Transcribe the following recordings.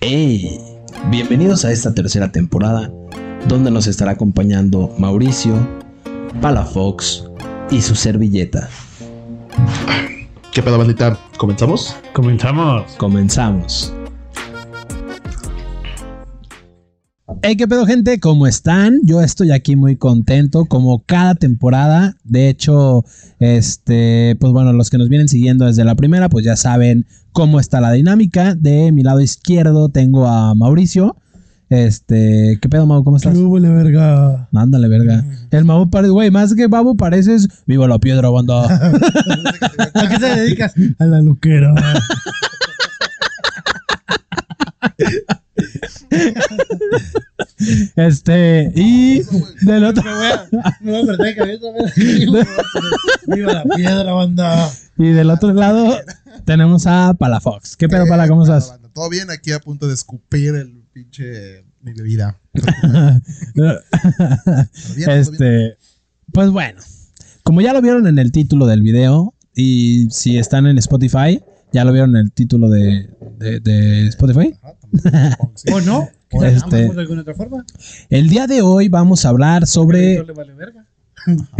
¡Hey! Bienvenidos a esta tercera temporada, donde nos estará acompañando Mauricio, Palafox y su servilleta. ¿Qué pedo, bandita? ¿Comenzamos? Comenzamos. Comenzamos. Hey, qué pedo, gente, ¿cómo están? Yo estoy aquí muy contento, como cada temporada. De hecho, este, pues bueno, los que nos vienen siguiendo desde la primera, pues ya saben cómo está la dinámica. De mi lado izquierdo tengo a Mauricio. Este, ¿qué pedo, Mau? ¿Cómo estás? la verga. Ándale, verga. El Mau parece, güey, más que Babu pareces. Vivo la piedra, banda. ¿A qué te dedicas? A la luquera. Este, y del otro. Me voy a, me voy a apretar el cabello otra vez. Viva la piedra, banda. Y del otro lado tenemos a Palafox. ¿Qué pedo, Pala? ¿Cómo Eh, estás? banda, Todo bien, aquí a punto de escupir el pinche mi bebida. Pero bien, todo bien. Este, pues bueno, como ya lo vieron en el título del video y si están en Spotify, ya lo vieron en el título de, de- de Spotify. Ajá, también, supongo que sí. ¿O no? Este- ¿Quizás vamos de alguna otra forma? El día de hoy vamos a hablar No sobre... le vale verga.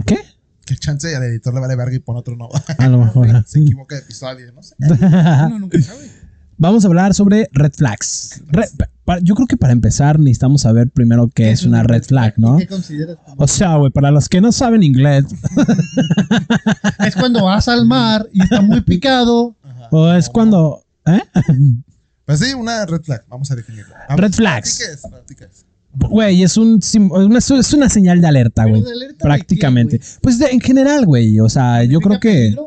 ¿Qué? Que chance al editor le vale verga y pone otro no. A lo mejor. Se equivoca de episodio, no sé. Uno nunca sabe. Vamos a hablar sobre red flags. Re- pa- pa- yo creo que para empezar necesitamos saber primero qué es una red flag, ¿no? ¿Qué consideras? O sea, güey, para los que no saben inglés, Es cuando vas al mar y está muy picado. Ajá. o es cuando... ¿eh? Pues sí, una red flag, vamos a definirla. Vamos, Red flags. Practica eso, practica eso. Güey, es, un, sim- es una- es una señal de alerta, Pero Ah, güey. de alerta de Prácticamente. qué, güey. pues de- en general, güey. O sea, yo creo que. ¿Peligro?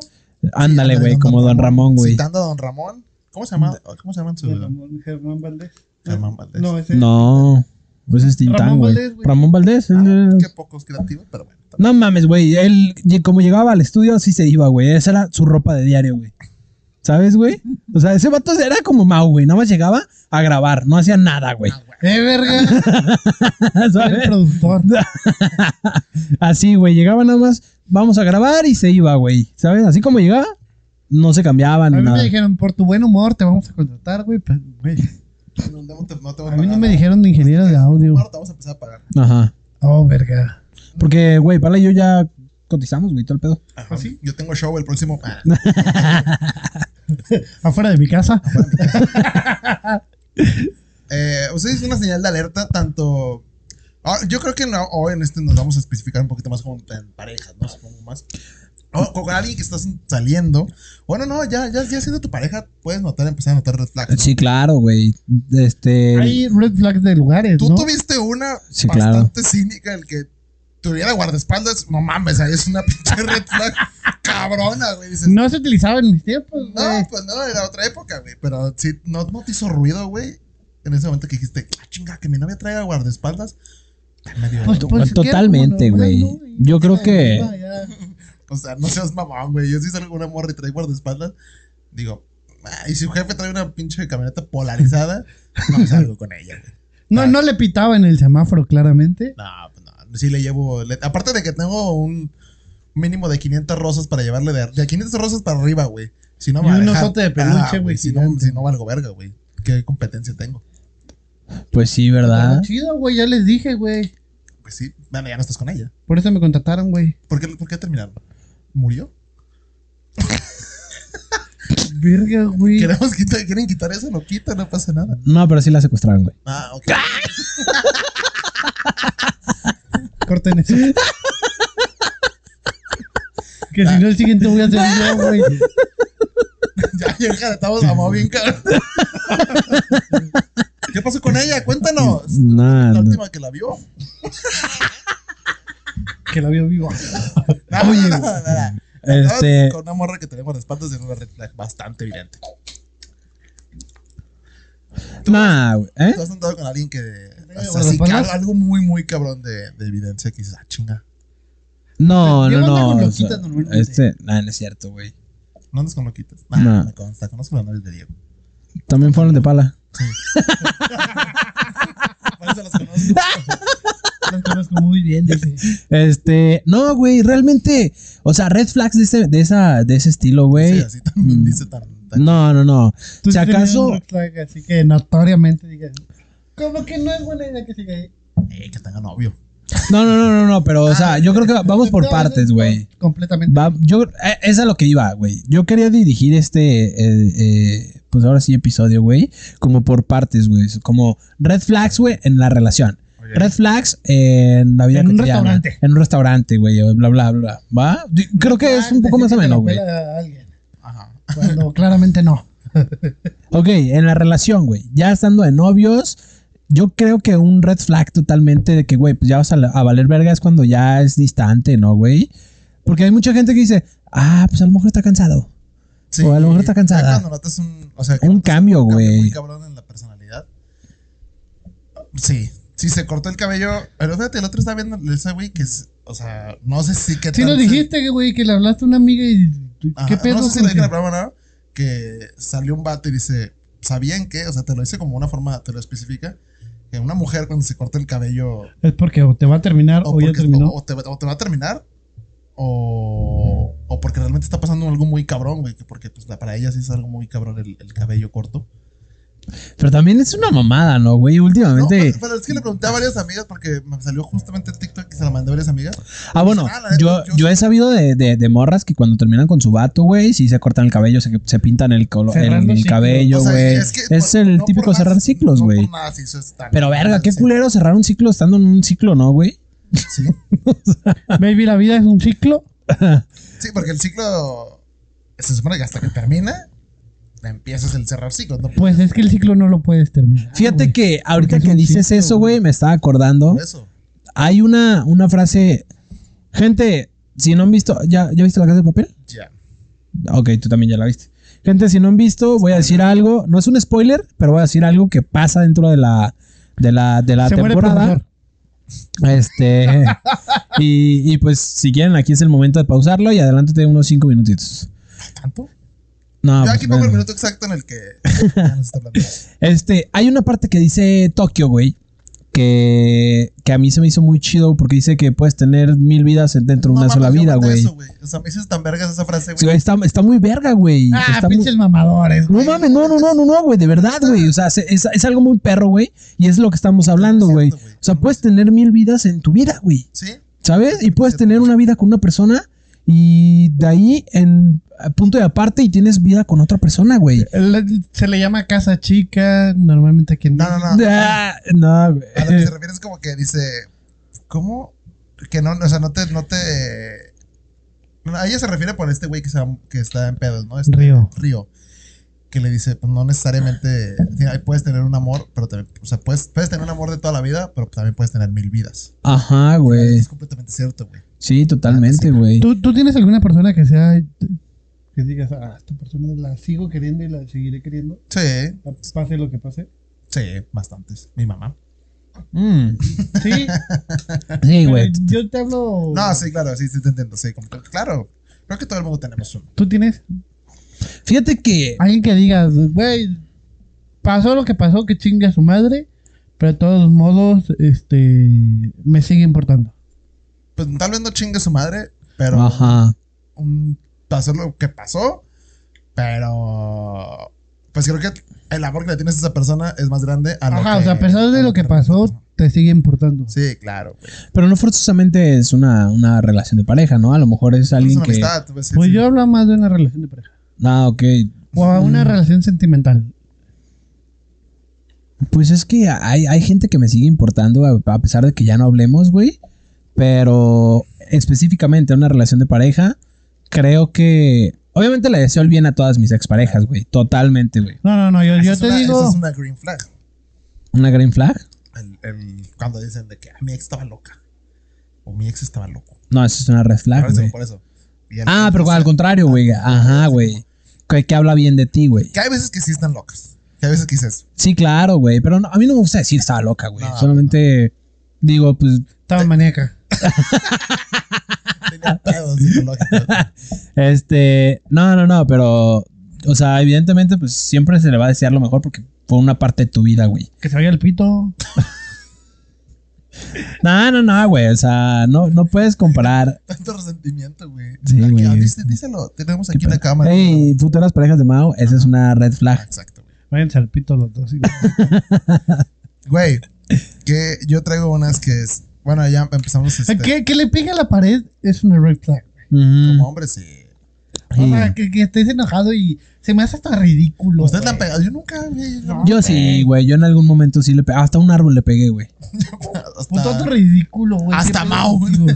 Ándale, Sí, güey, como Don Ramón, güey. Citando a Don Ramón. ¿Cómo se llama? ¿Cómo se llaman su Ramón Germán Valdés. Germán Valdés? No, ese. No, pues es Tintán, Ramón güey. Valdés, güey. Ramón Valdés. Ah, eh, qué pocos creativos, pero bueno. está bien. No mames, güey. Él, lle- como llegaba al estudio, así se iba, güey. Esa era su ropa de diario, güey. ¿Sabes, güey? O sea, ese vato era como Mau, güey. Nada más llegaba a grabar, no hacía nada, güey. ¡Eh, verga! El ¿Sabes? productor. Así, güey. Llegaba nada más, vamos a grabar y se iba, güey. ¿Sabes? Así como llegaba, no se cambiaba A ni mí me nada. dijeron, por tu buen humor te vamos a contratar, güey. Pues, güey. No, no te- no te voy A mí pagar no me nada. dijeron de ingeniero de audio. Bueno, te vamos a empezar a pagar. Ajá. Oh, verga. Porque, güey, Pala y yo ya cotizamos, güey, todo el pedo. ¿Ah, Ajá. Yo tengo show el próximo. Ah, Afuera de mi casa. Eh, o sea, es una señal de alerta tanto... Ah, yo creo que no- hoy en este nos vamos a especificar un poquito más como en parejas, ¿no? Supongo más. O con alguien que estás saliendo. Bueno, no, ya, ya, ya siendo tu pareja, puedes notar, empezar a notar red flags. ¿no? Eh, Sí, claro, güey. Este. Hay red flags de lugares, Tú ¿no? tuviste una Sí, claro. bastante cínica, el que tuviera guardaespaldas. No mames, ahí es una pinche red flag cabrona, güey. Dices, no, No se utilizaba en mis tiempos, güey. pues no, era otra época, güey. Pero sí, no, no te hizo ruido, güey. En ese momento que dijiste, ah, chinga, que mi novia traiga guardaespaldas. Está medio- Pues, pues, Bueno, totalmente, ¿qué era? Como güey. normal, ¿no? Y Yo creo ya, que- ya, ya. O sea, no seas mamón, güey. Yo si salgo con una morra y traigo guardaespaldas, digo, "Ah, y si su jefe trae una pinche camioneta polarizada, no salgo con ella, güey. Ah. No, no le pitaba en el semáforo, claramente. No, pues no, sí le llevo. le- aparte de que tengo un mínimo de 500 rosas para llevarle de, de 500 rosas para arriba, güey. Si no Y me va a un dejar- osote de peluche, Ah, güey, Si no, gigante. si no valgo verga, güey. ¿Qué competencia tengo? Pues sí, Pero ¿verdad? chido, güey, ya les dije, güey. Pues sí, bueno, ya no estás con ella. Por eso me contrataron, güey. ¿Por qué, por qué terminaron? ¿Murió? Verga, güey. ¿Queremos quitar, ¿Quieren quitar eso? Lo quitan, no pasa nada. No, pero sí la secuestraron, güey. Ah, ok. Corten eso. que si no, el siguiente voy a hacer yo, güey. Ya, ya estamos amado bien cabrón. ¿Qué pasó con ella? Cuéntanos. Nah, La no. última que la vio. Que la vio viva. No, no, no, no, no. Ah, Este. Con una morra que tenemos las patas de una red flag bastante evidente. tú- Nah, güey. ¿Eh? ¿Tú has andado con alguien que. o sea, guardaespaldas? sí, que algo, algo muy, muy cabrón de, de evidencia que dices, ah, chinga. No, Yo no, ando no. con o loquitas sea, normalmente. este. Nah, no es cierto, güey. No andas con loquitas. Ah, No. me consta, conozco los novios de Diego. También fueron de pala. Por eso los conozco. Las conozco muy bien, dice. Este, no, güey, realmente, o sea, red flags de, este- de esa, de ese estilo, güey. Sí, así tan, Mm. dice tan, tan- No, no, no. Tú Si sí tenías acaso- un red flag, así que notoriamente digas, como que no es buena idea que siga ahí. eh, que tenga novio. No, no, no, no, no, pero, o sea, yo creo que vamos por Ah, No, no, partes, no, güey. Completamente. Va- yo, eh, es a lo que iba, güey. Yo quería dirigir este, eh, eh, pues ahora sí, episodio, güey, como por partes, güey. Como red flags, güey, en la relación. Oye, Red flags en la vida En un cotidiana. restaurante. En un restaurante, güey, o bla, bla, bla. ¿Va? Yo Creo que es un poco más o menos, güey. Ajá. Bueno, claramente no. Ok, en la relación, güey. Ya estando de novios, yo creo que un red flag totalmente de que, güey, pues ya vas a, la- a valer verga es cuando ya es distante, ¿no, güey? Porque hay mucha gente que dice, ah, pues a lo mejor está cansado. Sí, O a lo mejor está cansada. ya Cuando notas un, o sea, que Un notas cambio, güey. muy cabrón en la personalidad. Sí, sí, se cortó el cabello. Pero fíjate, el otro está viendo ese güey que es, o sea, no sé si qué Si tan nos se- dijiste, que, güey, que le hablaste a una amiga y. ¿Qué Ajá, pedo? No sé si con le dije que- la palabra, ¿no? Que salió un vato y dice, ¿sabían qué? O sea, te lo dice como una forma, te lo especifica. Que una mujer cuando se corta el cabello Es porque o te va a terminar Oh, o, ya porque- terminó. o te, va- o te va a terminar o, o porque realmente está pasando algo muy cabrón, güey. que Porque pues, la- para ella sí es algo muy cabrón el, el cabello corto. Pero también es una mamada, ¿no, güey? No, Últimamente. pero, pero es que le pregunté a varias amigas porque me salió justamente el TikTok y se la mandé a varias amigas. ah, bueno, ah, la neta, yo, yo- yo he sabido de, de- de morras que cuando terminan con su vato, güey, sí se cortan el cabello, se, se pintan el, colo- el- Cerrando el ciclos. cabello, O sea, güey. es es que por- el no típico por nada- cerrar ciclos, no por güey. nada se hizo esta- pero verga, qué sí, culero cerrar un ciclo estando en un ciclo, ¿no, güey? Sí, Baby, la vida es un ciclo. sí, porque el ciclo se supone que hasta que termina, empiezas el cerrar ciclos. ¿no? Pues es que el ciclo no lo puedes Ah, terminar. Fíjate güey. que ahorita es que un dices ciclo, eso, güey. güey, me estaba acordando. Por eso. Hay una, una frase. Gente, si no han visto. ¿ya, ¿Ya viste la casa de papel? Ya. Ok, tú también ya la viste. Gente, si no han visto, voy a decir algo. No es un spoiler, pero voy a decir algo que pasa dentro de la, de la, de la Se muere el temporada. profesor. Este. y, y pues, si quieren, aquí es el momento de pausarlo y adelántate unos cinco minutitos. ¿Tanto? No, Yo pues, aquí pongo el bueno. minuto exacto en el que ya nos está hablando. Este, hay una parte que dice Tokio, güey. Que, que a mí se me hizo muy chido porque dice que puedes tener mil vidas dentro de No una mames, sola yo vida, aguanté güey. eso, O sea, me hiciste tan vergas esa Sí, frase, güey. güey, está, está muy verga, güey. Ah, Está muy- pinches mamadores. No güey. mames, no, no, no, no, no, güey, de verdad, güey. O sea, se- es, es algo muy perro, güey. Y es lo que estamos hablando, güey. O sea, puedes tener mil vidas en tu vida, güey. Sí, ¿Sabes? Y puedes tener una vida con una persona y de ahí en a punto de aparte y tienes vida con otra persona, güey. El- Se le llama casa chica, normalmente aquí en no, no, México. no. Ah, no, güey. A lo que se refiere es como que dice, ¿cómo? Que no, o sea, no te, no te... No, A ella se refiere por este güey que, se va- que está en pedos, ¿no? Este Río. Río. Que le dice, pues no necesariamente, sí, ahí puedes tener un amor, pero también, o sea, puedes, puedes tener un amor de toda la vida, pero también puedes tener mil vidas. Ajá, güey. Es completamente cierto, güey. Sí, totalmente, güey. ¿Tú, tú tienes alguna persona que sea. que digas, ah, esta persona la sigo queriendo y la seguiré queriendo? Sí, Pase lo que pase. sí, bastantes. Mi mamá. Mm. Sí, Sí, pero güey. yo te hablo. No, sí, claro, sí, sí, te entiendo, sí. como- claro, creo que todo el mundo tenemos uno. ¿Tú tienes Fíjate que. alguien que digas, güey, pasó lo que pasó, que chingue a su madre, pero de todos modos, este, me sigue importando. pues tal vez no chingue su madre, pero Ajá. un- pasó lo que pasó, pero pues creo que el amor que le tienes a esa persona es más grande a lo Ajá, que- o sea, a pesar de lo que pasó, te sigue importando. Sí, claro. güey. Pero no forzosamente es una, una relación de pareja, ¿no? A lo mejor es Es alguien una que. amistad, pues, sí, Pues sí. yo hablo más de una relación de pareja. Ah, ok. O a una Mm. relación sentimental. Pues es que hay, hay gente que me sigue importando, a, a pesar de que ya no hablemos, güey. Pero específicamente una relación de pareja, creo que. Obviamente le deseo el bien a todas mis exparejas, güey. Totalmente, güey. No, no, no, yo, yo Esa es te una- esa digo. es una green flag. ¿Una green flag? El- el- cuando dicen de que "Ah, mi ex estaba loca o mi ex estaba loco. No, eso es una red flag, por eso, Ah, güey. por eso. Y el- Ah, pero al contrario, güey. Ajá, güey. Que, que habla bien de ti, güey. Que hay veces que sí están locas. Que hay veces que dices, Sí, claro, güey. Pero no- a mí no me gusta decir estaba loca, güey. No, Solamente digo, pues Estaba maníaca. tenía pedos psicológicos. Este, no, no, no, pero, o sea, evidentemente, pues siempre se le va a desear lo mejor porque fue una parte de tu vida, güey. Que se vaya el pito. No, no, no, güey. O sea, no, no puedes comparar. Tanto resentimiento, güey. Sí, Aquí, güey. ah, dice- Díselo, tenemos aquí una cámara. Hey, futuras parejas de Mao, esa es una red Ah, flag. Exacto, güey. Váyanse al pito los dos. y- Güey, que yo traigo unas que es. Bueno, ya empezamos. Este, que, que le pegue a la pared es una red flag. Como Ujú. hombre, sí. O Sí. sea, que, que estés enojado y se me hace hasta ridículo. Ustedes la güey. han pegado. Yo nunca, güey. Yo, Yo sí, güey. Yo en algún momento sí le pegué. Hasta un árbol le pegué, güey. pues, hasta, Puto otro ridículo, güey. Hasta Qué pedo Mau. contigo.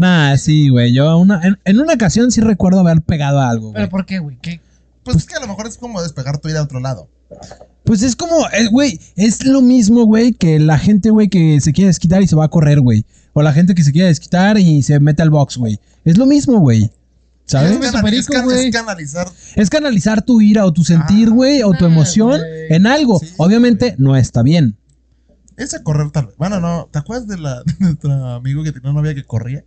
nah, sí, güey. Yo a una, en, en una ocasión sí recuerdo haber pegado a algo, güey. Pero ¿por qué, güey? ¿Qué? Pues es que a lo mejor es como despegar tu vida a otro lado. Pues es como, eh, güey, es lo mismo, güey, que la gente, güey, que se quiere desquitar y se va a correr, güey. O la gente que se quiere desquitar y se mete al box, güey. Es lo mismo, güey. ¿Sabes? Es, canal- Superico, es can- güey. es canalizar. Es canalizar tu ira o tu sentir, Ah, güey, o tu nah, emoción güey. en algo. Sí, Obviamente no está bien. Ese correr tal vez. Bueno, no. ¿Te acuerdas de, la, de nuestro amigo que tenía una novia que corría?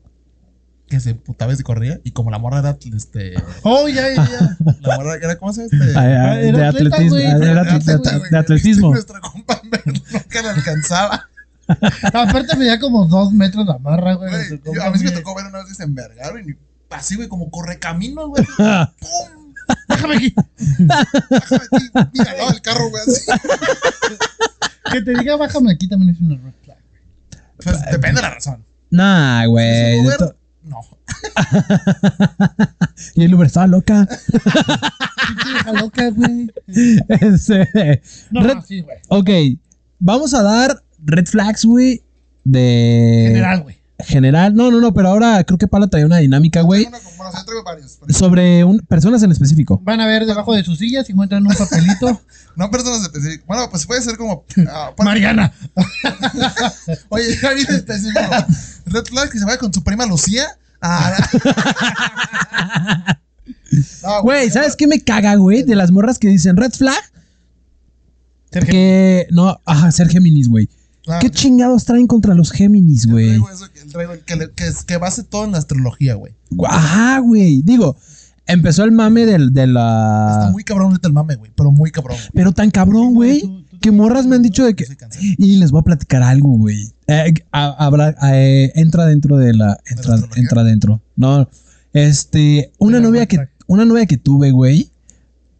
Que se emputaba y se corría. Y como la morra era este. Oh, ya, ya, ya. La morra era, ¿cómo se llama? Este? Ay, ay, era Ah, de atleta, atletismo. güey. ay, Era era Era atle- atleta, de güey. at- de atletismo. Nuestro compa Mer nunca le alcanzaba. Aparte me da como dos metros la barra, güey. Güey, Se yo- a mí sí me come. tocó ver una vez que se envergaron y así, güey, como corre caminos, güey. Ah, ¡Pum! Déjame aquí. Bájame aquí. Mira, al lado del carro, güey, así. Que te diga bájame aquí también es una red flag. Pues, depende de la razón. Nah, Si güey. es de Uber, to- no. Y el Uber estaba loca. Pinche vieja loca, güey. Eh. Este, No, red- no, sí, güey. Ok, vamos a dar red flags, güey, de... General, güey. General. No, no, no, pero ahora creo que Pablo trae una dinámica, güey, Tengo una como- bueno, yo traigo varios. pero- sobre un- personas en específico. Van a ver debajo de sus sillas y encuentran un papelito. No personas específicas. Bueno, pues puede ser como. ah, pa- Mariana. Oye, ya bien específico. Red flag que se vaya con su prima Lucía. Ah, no, Güey, yo- ¿sabes qué me caga, güey? De las morras que dicen red flag. Que no, ajá, ser Géminis, güey. Ah, ¿Qué yo chingados traen contra los Géminis, güey? traigo eso que- traigo el que, le- que, es- que base todo en la astrología, güey. Ajá, güey. Digo, empezó el mame del, de Está la. muy cabrón ahorita el mame, güey. Pero muy cabrón, güey. Pero tan cabrón, güey, Tú- tú- que morras me han dicho de que. Yo soy cáncer. Y les voy a platicar algo, güey. Eh, a- habrá- eh, entra dentro de la. Entra, astrología? entra dentro. No. Este. Una De la novia que. vuelta. Una novia que tuve, güey.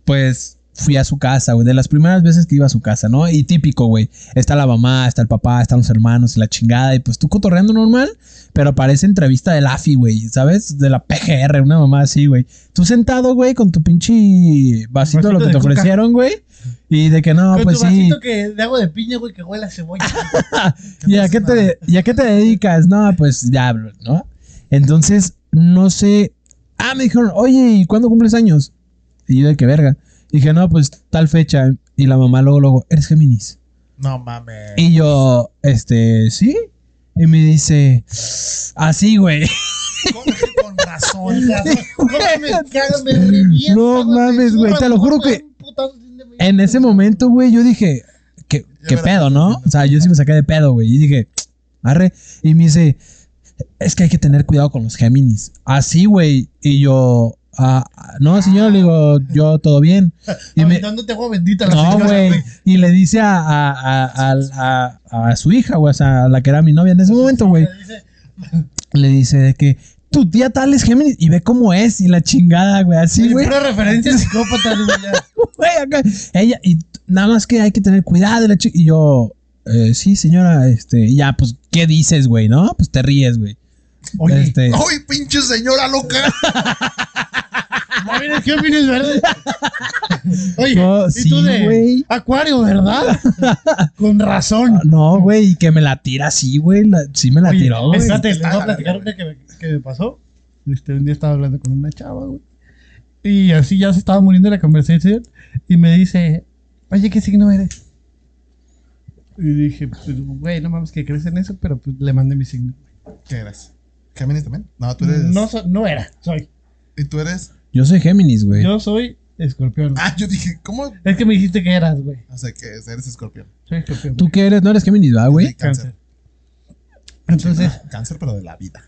Pues fui a su casa, güey. De las primeras veces que iba a su casa, ¿no? Y típico, güey. Está la mamá, está el papá, están los hermanos y la chingada. Y pues tú cotorreando normal. Pero parece entrevista del AFI, güey. ¿Sabes? De la PGR, una mamá así, güey. Tú sentado, güey, con tu pinche vasito, de lo Vasito que de te coca. ofrecieron, güey. Y de que no, Con pues tu sí. vasito que de agua de piña, güey, que huele a cebolla. ¿Y no a, hace qué nada. te, ¿Y a qué te dedicas? No, pues ya, bro, ¿no? Entonces, no sé. Ah, me dijeron, oye, ¿y cuándo cumples años? Y yo, de qué verga. Dije, no, pues tal fecha. Y la mamá luego, luego, eres Géminis. No mames. Y yo, este, ¿sí? Y me dice, así, güey. Con, con razón. No mames, cagas, me revienta, No güey, mames, me güey, zurra, te lo me juro zurra, que- un putazo sin de- En ese momento, güey, yo dije, ¿qué, qué me la pedo, puse no? bien O sea, yo sí me saqué de pedo, güey. Y dije, arre. Y me dice, es que hay que tener cuidado con los Géminis. Así, güey. Y yo, "Ah, ah, no, señor, le digo, yo todo bien. Y me, Aventándote agua bendita a la no, señora, güey. Y le dice a, a, a, a- a- a su hija, güey, o sea, la que era mi novia en ese momento, güey. Le dice, Le dice de que tu tía tal es Géminis y ve cómo es y la chingada, güey. Así, "Oye, güey. Pura referencia psicópata, güey. ya". Güey, acá. Ella, y t- nada más que hay que tener cuidado. la chi- y yo, eh, sí, señora, este, y ya, pues, ¿qué dices, güey? ¿No? Pues te ríes, güey. Oye, Este, ¡Ay, pinche señora loca! ¿no vienes qué opinas, verde? Oye, No, ¿y sí, tú de güey. acuario, verdad? Con razón. no, güey, y que me la tira así, güey. la- sí me la Oye, tiró, güey. Espérate, les Está voy a la verga, platicar una que me, que me pasó. Este, un día estaba hablando con una chava, güey. Y así ya se estaba muriendo la conversación. Y me dice, oye, ¿qué signo eres? Y dije, pues, güey, no mames que crees en eso, pero pues, le mandé mi signo. ¿Qué eras? ¿Géminis también? No, tú eres. No, so- no era, soy. ¿Y tú eres? Yo soy Géminis, güey. Yo soy escorpión. Ah, yo dije, ¿cómo? Es que me dijiste que eras, güey. O sea, que eres escorpión. Soy escorpión. ¿Tú qué eres? ¿No eres Géminis, va, güey? Sí, Cáncer. Entonces, Cáncer, pero de la vida.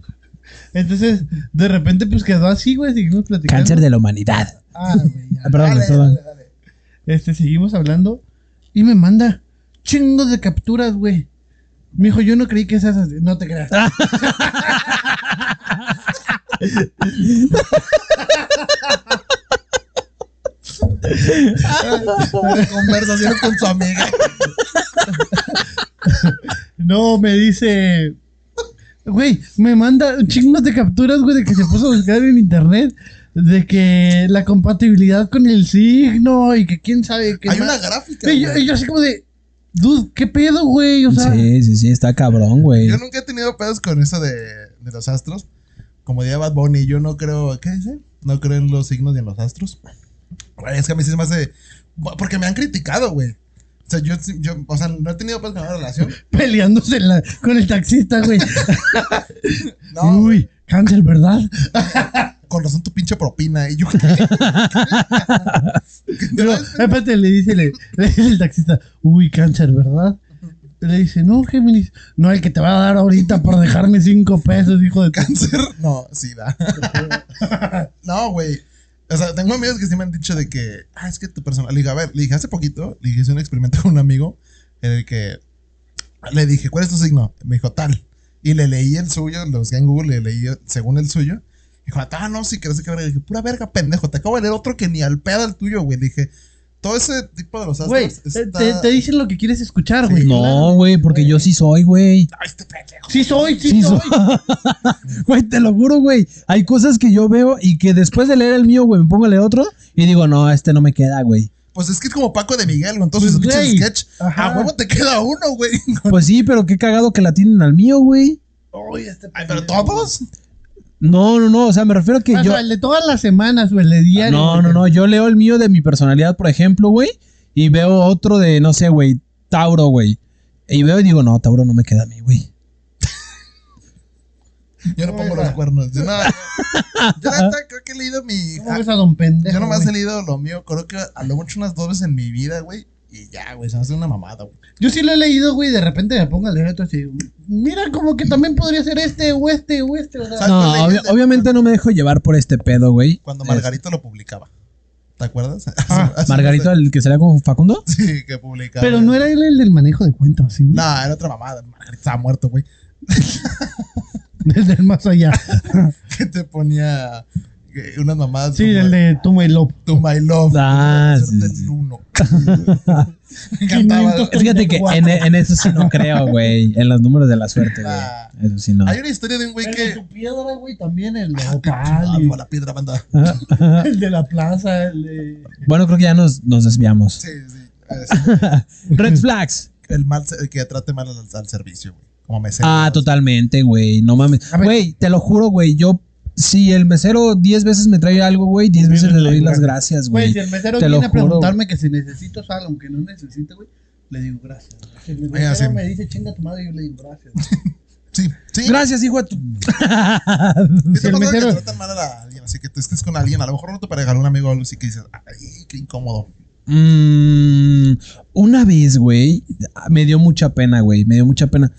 entonces, de repente, pues quedó así, güey, seguimos platicando. Cáncer de la humanidad. Ah, güey, ya. Ah, perdón, perdón. dale. Este, seguimos hablando y me manda, chingos de capturas, güey. Me dijo, yo no creí que seas así. No te creas. Ah. Conversaciones con su amiga. No, me dice. Güey, me manda chingos de capturas, güey, de que se puso a buscar en internet. De que la compatibilidad con el signo y que quién sabe qué. Hay más. una gráfica. Y yo, güey. y yo así como de. Dude, ¿qué pedo, güey? O sea. Sí, sí, sí, está cabrón, güey. Yo nunca he tenido pedos con eso de, de los astros. Como diría Bad Bunny, yo no creo. ¿Qué dice? No creo en los signos ni en los astros. Güey, Es que a mí sí se me hace. Porque me han criticado, güey. O sea, yo, yo o sea, no he tenido pedos con una relación. peleándose en la- con el taxista, güey. No, güey, Uy, cáncer, ¿verdad? con razón tu pinche propina. Y yo, Pero, espérate, le dice, le, le dice el taxista, uy, cáncer, ¿verdad? Le dice, no, Géminis, no, el que te va a dar ahorita por dejarme cinco pesos, hijo de... tu-". cáncer. No, sí da. no, güey. O sea, tengo amigos que sí me han dicho de que, ah, es que tu persona. Le dije, a ver, le dije hace poquito, le dije, hice un experimento con un amigo en el que le dije, ¿cuál es tu signo? Me dijo, tal. Y le leí el suyo, lo busqué en Google, le leí según el suyo. Dijo, ah, no, sí, que no sé qué verga. Le dije, pura verga, pendejo, te acabo de leer otro que ni al pedo el tuyo, güey. Le dije, todo ese tipo de los astros Güey, te, está... te- te dicen lo que quieres escuchar, güey. No, güey, porque yo sí soy, güey. Ay, este pendejo. Sí soy, sí, Sí soy. soy. Güey, te lo juro, güey. Hay cosas que yo veo y que después de leer el mío, güey, me pongo a leer otro y digo, no, este no me queda, güey. Pues es que es como Paco de Miguel, güey. Entonces, Pues, pinche güey. sketch. Ajá. A huevo te queda uno, güey. Pues sí, pero qué cagado que la tienen al mío, güey. Uy, este Ay, pero todos. No, no, no, o sea, me refiero a que O yo... sea, el de todas las semanas, güey, el de diario. No, güey. no, no, yo leo el mío de mi personalidad, por ejemplo, güey, y veo otro de, no sé, güey, Tauro, güey. Y veo y digo, no, Tauro no me queda a mí, güey. Yo no pongo los cuernos. Yo, nada, yo neta creo que he leído mi. ah, ¿Cómo ves a don pendejo? Yo nomás he güey? leído lo mío. Creo que a lo mucho unas dos veces en mi vida, güey. Y ya, güey. Se me hace una mamada, güey. Yo sí lo he leído, güey, de repente me pongo a leer otro así. Mira, como que también podría ser este, o este, o este, o sea. ¿Sabes No, cuál leí? obvia- obviamente no me dejo llevar por este pedo, güey. Cuando Es- Margarito lo publicaba. ¿Te acuerdas? Ah, Hace- hace- Margarito, el que salía con Facundo. Sí, que publicaba. Pero no era él el del manejo de cuentas, sí, güey. No, era otra mamada. Margarito estaba muerto, güey. Desde el más allá. Que te ponía eh, unas mamadas. Sí, como el de Tu My Love. To My Love. Ah, Hacerte sí, sí. el uno. Me encantaba. Es Fíjate que en, e, en eso sí no creo, güey. En los números de la suerte, Ah. güey. Eso sí no. Hay una historia de un güey El de que. tu piedra, güey, también el de Ah, Ocali, viva la piedra banda. Ah. el de la plaza, el de... Bueno, creo que ya nos, nos desviamos. Sí, sí. es Red flags. el mal se- que trate mal al, al servicio, güey. Como mesero. Ah, totalmente, güey. No mames. A ver. Güey, te lo juro, güey. Yo, si el mesero 10 veces me trae algo, güey, 10 veces le doy las gracias, Güey, güey. si el mesero te lo viene a juro, preguntarme que si necesito sal, aunque no necesite, güey, le digo gracias. Si el mesero sí. me dice chinga tu madre, yo le digo gracias. Sí, sí. Gracias, hijo de tu. Sí, si te el pasa que mesero- tratan mal a alguien, así que tú estés con alguien, a lo mejor no te pareja, un amigo o algo así que dices, ay, qué incómodo. Mm, una vez, güey, me dio mucha pena, güey, me dio mucha pena.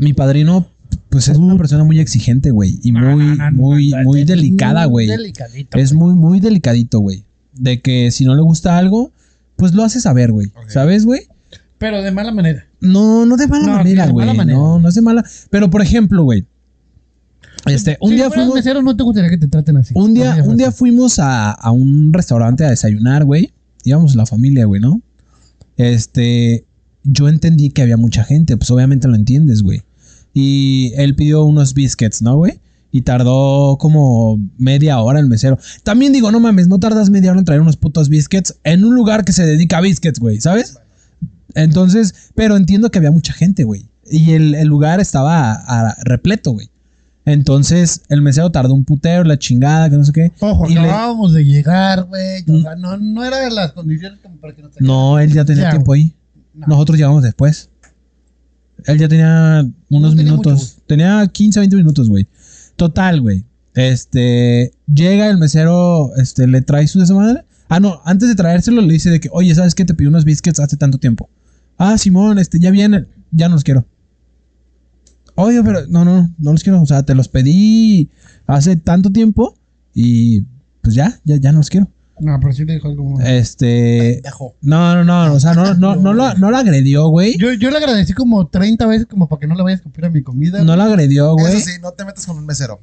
Mi padrino, pues es una persona muy exigente, güey, y muy, muy, muy delicada, güey. Mm, Delicadito. Es muy, muy delicadito, güey. De que si no le gusta algo, pues lo hace saber, güey. Ok. ¿Sabes, güey? Pero de mala manera. No, no de mala No, sí, manera, de güey. mala manera. No, no es de mala. Pero, por ejemplo, güey, este, un Si día fueras fuimos... mesero no te gustaría que te traten así. Un Por día, Dios, un día Rafa. fuimos a, a un restaurante a desayunar, güey. Íbamos la familia, güey, ¿no? Este, yo entendí que había mucha gente, pues obviamente lo entiendes, güey. Y él pidió unos biscuits, ¿no, güey? Y tardó como media hora el mesero. También digo, no mames, no tardas media hora en traer unos putos biscuits en un lugar que se dedica a biscuits, güey, ¿sabes? Entonces, pero entiendo que había mucha gente, güey. Y el, el lugar estaba a- a- repleto, güey. Entonces, el mesero tardó un putero, la chingada, que no sé qué. Ojo, Y le- Mm. acabábamos de llegar, güey. O sea, no, no era de las condiciones como para que nos No, él ya tenía Ya, tiempo ahí. No. Nosotros llegamos después. Él ya tenía unos No tenía minutos. mucho, tenía 15, 20 minutos, güey. Total, güey. Este, llega el mesero, este, le trae su desmadre. Ah, no, antes de traérselo le dice de que, oye, ¿sabes qué? Te pedí unos biscuits hace tanto tiempo. Ah, Simón, este, ya vienen, ya no los quiero. Oye, pero no, no, no los quiero. O sea, te los pedí hace tanto tiempo y pues ya, ya, ya no los quiero. No, pero sí le dijo algo. muy- Este. Pendejo. No, no, no. O sea, no, no, no, lo, no lo agredió, güey. Yo, yo le agradecí como 30 veces como para que no le vayas a copiar a mi comida. No lo agredió, güey. Eso sí, no te metas con un mesero.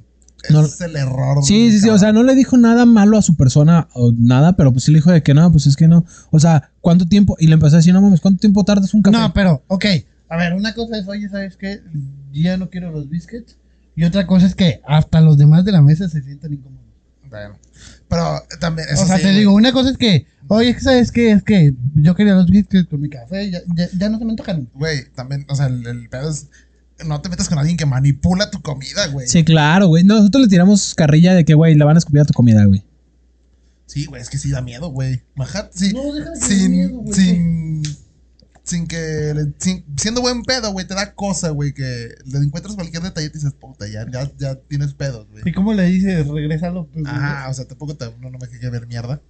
No. Ese es el error. Sí, güey, sí, sí, o sea, no le dijo nada malo a su persona o nada, pero pues sí le dijo de que no, pues es que no. O sea, ¿cuánto tiempo? Y le empezó a decir, no mames, ¿cuánto tiempo tardas un café? No, pero, ok. A ver, una cosa es, oye, ¿sabes qué? Ya no quiero los biscuits. Y otra cosa es que hasta los demás de la mesa se sienten incómodos. Bueno, pero también, eso o sea, sí, te güey. digo, una cosa es que, oye, es que, ¿sabes qué? Es que yo quería los biscuits con mi café. Ya, ya, ya no se me antojan. Güey, también, o sea, el, el pedo es. No te metas con alguien que manipula tu comida, güey. Sí, claro, güey. No, Nosotros le tiramos carrilla de que, güey, le van a escupir a tu comida, güey. Sí, güey, es que sí da miedo, güey. Majat, sí. No, deja de tener sin. miedo, güey. sin. Sin que. le- sin- siendo buen pedo, güey, te da cosa, güey, que le encuentras cualquier detalle y dices, puta, ya, ya, ya tienes pedos, güey. ¿Y cómo le dices? Regrésalo. pues, Ajá, o sea, tampoco te, no, no me que ver mierda.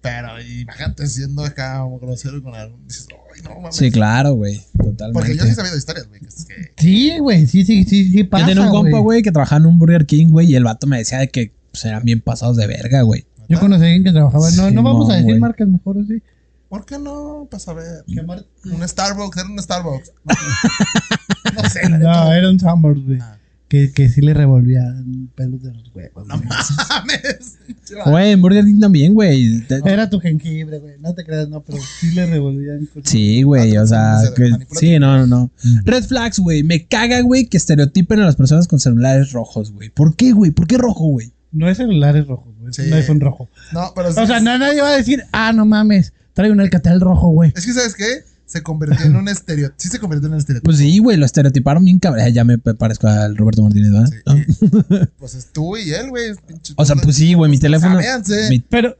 Pero imagínate siendo acá un grosero con algún. Dices, ay, no mames. Sí, claro, güey. Totalmente. pues Porque yo sí he sabido historias, güey, que, es que Sí, güey, sí, sí, sí, sí Yo pasa, tenía un compa, güey, que trabajaba en un Burger King, güey, y el vato me decía de que pues, eran bien pasados de verga, güey. Yo conocí a alguien que trabajaba. No, no vamos a Simón, decir güey. marcas mejor así. ¿Por qué no? Para saber. Un Starbucks, era un Starbucks. No sé, la neta. No, era un Summers, güey. Ah. Que, que sí le revolvían pelos de los huevos. No güey. mames. Güey, en Burger King también, güey. Te- Era tu jengibre, güey. No te creas, no, pero sí le revolvían. cosas. Sí, güey, Ah, o te sea, manipula- que- manipula sí, no, no, no. Red flags, güey, me caga, güey, que estereotipen a las personas con celulares rojos, güey. ¿Por qué, güey? ¿Por qué rojo, güey? No es celulares rojos, güey. Sí. No es un rojo. No, pero. O sea, no, nadie va a decir, ah, no mames, trae un alcatel rojo, güey. Es que, ¿sabes qué? Se convirtió en un estereotipo. Sí, se convirtió en un estereotipo. Pues sí, güey, lo estereotiparon bien cabrón. Ay, Ya me pa- parezco al Roberto Martínez, ¿verdad? Sí. Pues es tú y él, güey. es pinche- O sea, pues sí, güey, mi teléfono. Sabéanse. mi- Pero.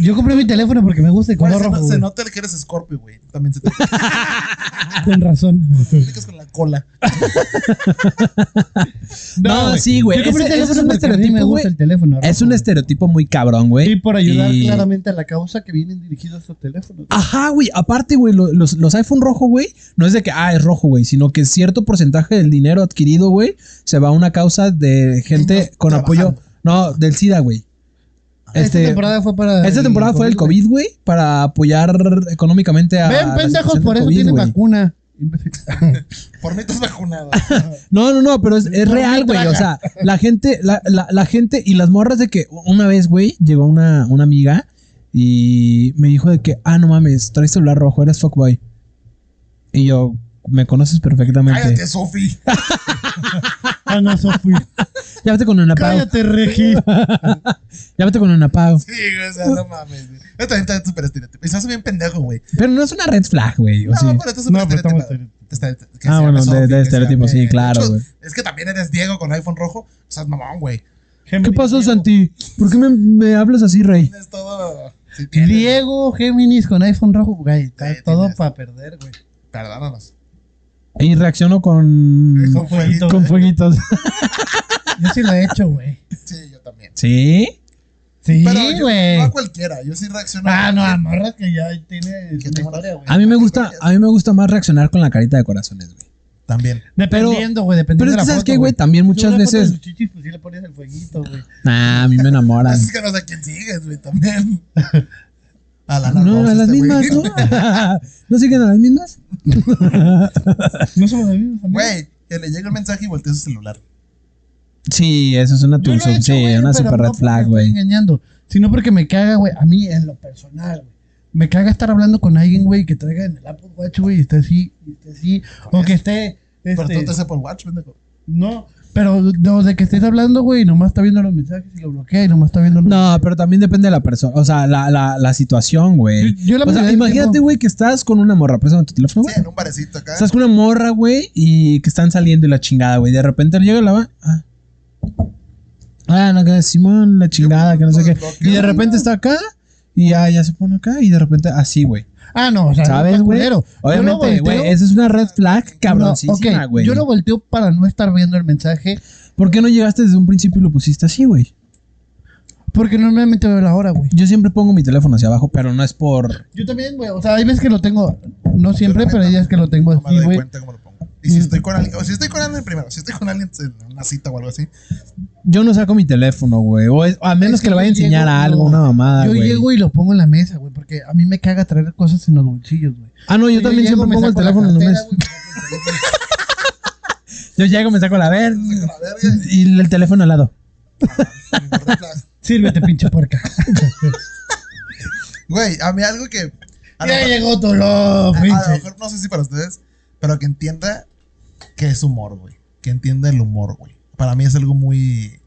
Yo compré mi teléfono porque me gusta el Güey, color se, rojo. se güey. nota que eres Scorpio, güey. Tú También se te te Con razón. picas con la cola. No, sí, güey, Yo compré el ese- ese es teléfono un porque a mí me estereotipo, gusta güey. el teléfono. Es rojo, un güey. estereotipo muy cabrón, güey. Y por ayudar Y- claramente a la causa que vienen dirigidos estos teléfonos. Ajá, güey. Aparte, güey, lo- los, los iPhone rojo, güey, no es de que, ah, es rojo, güey, sino que cierto porcentaje del dinero adquirido, güey, se va a una causa de gente Niños con apoyo. trabajando. No, del SIDA, güey. Esta Este, Ah, temporada fue para. esta temporada fue el COVID, güey, para apoyar económicamente a. Ven, la pendejos, situación por del eso COVID, tienen güey. vacuna. Por mí estás vacunado. No, no, no, pero es, es No real, me güey. traga. O sea, la gente, la, la, la gente y las morras de que una vez, güey, llegó una, una amiga y me dijo de que, ah, no mames, traes celular rojo, eres fuckboy. Y yo, me conoces perfectamente. Cállate, Sofi. Ah, no, Sofi. Ya vete con un apago. Cállate, Regi. Ya vete con un apago. Sí, güey, o sea, no mames. güey. Yo también está súper estereotipo. Y se hace bien pendejo, güey. Pero no es una red flag, güey. ¿o No, sí? pero estás súper No, pues, pero estamos. estereotipado. Está- que se Ah, llame bueno, de- Sophie, de que se estereotipo, sí, llame- claro, De hecho, güey. Es que también eres Diego con iPhone rojo. O sea, mamón, güey. ¿Qué pasó, Santi? ¿Por qué me, me hablas así, Rey? Tienes todo. Sí, tienes. Diego Géminis con iPhone rojo, güey. Está Sí, todo tienes. para perder, güey. Perdónanos. Y reacciono con. Con fueguito. Con fueguitos. Yo sí lo he hecho, güey. Sí, yo también. ¿Sí? Sí, Pero yo- güey. no a cualquiera. Yo sí reacciono. Ah, no, a morras que ya tiene Que una tengo- historia, güey. A mí me gusta, a mí me gusta más reaccionar con la carita de corazones, güey. También. Dependiendo, güey, Pero dependiendo es que, de la ¿sabes foto, qué, güey? También Si muchas una foto de veces. sus chichis, pues sí le pones el fueguito, güey. Ah, a mí me enamoran. Es que no sé a quién sigues, güey, también. A la No, Rose, a las este mismas, güey. ¿no? ¿No siguen a las mismas? No somos amigos, amigos. Güey, que le llega el mensaje y voltea su celular. Sí, eso es una Yo lo he tulsum, hecho, sí, güey, una pero super no red porque flag, me güey. Estoy engañando, sino porque me caga, güey, a mí en lo personal, güey. Me caga estar hablando con alguien, güey, que traiga en el Apple Watch, güey, y esté así, y esté así, o que esté Pero tú este, te haces por watch, pendejo. no, pero no, de que estés hablando, güey, y nomás está viendo los mensajes y lo bloquea y nomás está viendo los No, pero también depende de la persona, o sea, la, la, la situación, güey. Yo- yo la O sea, mayoría del imagínate, tiempo- güey, que estás con una morra, préstame tu teléfono, Sí, güey. en un barecito acá. Estás con una morra, güey, y que están saliendo y la chingada, güey. De repente llega la va. Ah. Ah, no, que Simón, la chingada, que no sé qué. Y de repente está acá, y ya, ya se pone acá, y de repente así, güey. Ah, no, o sea, ¿Sabes, está güey? culero. Yo lo Obviamente, volteo- güey, esa es una red flag No, cabroncísima, ok, güey. Yo lo volteo para no estar viendo el mensaje, ¿Por qué no llegaste desde un principio y lo pusiste así, güey? porque normalmente veo la hora, güey. Yo siempre pongo mi teléfono hacia abajo, pero no es por... Yo también, güey, o sea, hay veces que lo tengo, no siempre, Yo pero hay también días que lo tengo No me así, doy güey. Mm. cuenta cómo lo pongo. Y Y si estoy con alguien, o si estoy con alguien primero, si estoy con alguien en una cita o algo así. Yo no saco mi teléfono, güey. O, es- o a menos Es que le yo vaya a enseñar llego- a algo, no, una mamada, Yo Ah, güey. llego y lo pongo en la mesa, güey, porque a mí me caga traer cosas en los bolsillos, güey. Ah, no, yo, también llego, siempre me pongo el saco la teléfono en la cartera, mesa. güey, Yo llego, me saco la verga Me saco la verga. y el teléfono al lado. me guardo el plan. Sírvete, pinche puerca. Güey, a mí algo que. A lo, ya mejor, llegó Toló, a- a lo pinche. mejor no sé si para ustedes, pero que entienda que es humor, güey. Que entienda el humor, güey. Para mí es algo muy.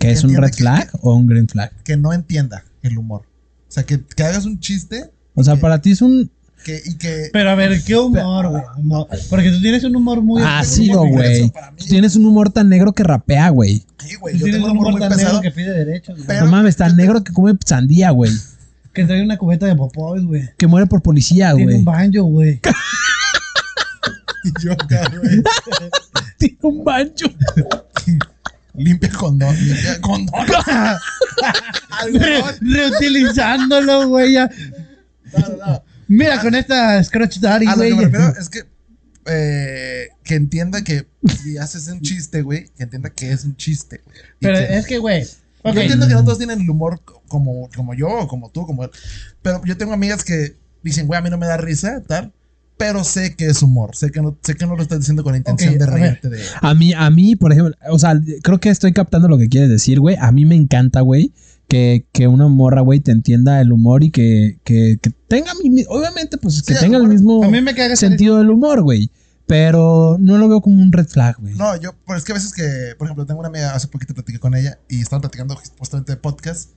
¿Que es un Entiendo red que- flag o un green flag? Que no entienda el humor. O sea, que, que hagas un chiste O sea, Que- para ti es un que, y que. Pero a ver, qué humor, güey. humor. Porque tú tienes un humor muy. Ah, tengo un sí, humor muy güey. grueso para mí. Tú tienes un humor tan negro que rapea, güey. Sí, Tú güey. Yo tienes tengo un un humor muy tan negro pesado. que pide derechos, güey. Pero- No mames, tan negro que come sandía, güey. Que trae una cubeta de popoy, güey. Que muere por policía, Tiene Ah, güey. un banjo, güey. Y yo acá, güey. Tiene un bancho. Limpia condón. Limpia condón. Algo, Re- reutilizándolo, güey. ya. No, no, no. Mira, con esta Scratch Daddy, A lo que güey. me refiero es que. eh, que entienda que si haces un chiste, güey, que entienda que es un chiste. güey. Y Pero que- es que, güey. ok. Yo entiendo que no todos tienen el humor co- como, como yo, o como tú, como él. Pero yo tengo amigas que dicen, güey, a mí no me da risa, tal. Pero sé que es humor. Sé que no, sé que no lo estás diciendo con la intención Ok, de a ver. reírte de. A mí, a mí, por ejemplo, o sea, creo que estoy captando lo que quieres decir, güey. A mí me encanta, güey, que, que una morra, güey, te entienda el humor y que, que, que tenga mi, mi- obviamente, pues que el tenga el humor. mismo A mí me caga esa- sentido del humor, güey. Pero no lo veo como un red flag, güey. No, yo, pero es que a veces que, por ejemplo, tengo una amiga, hace poquito platiqué con ella y estaban platicando justamente de podcast.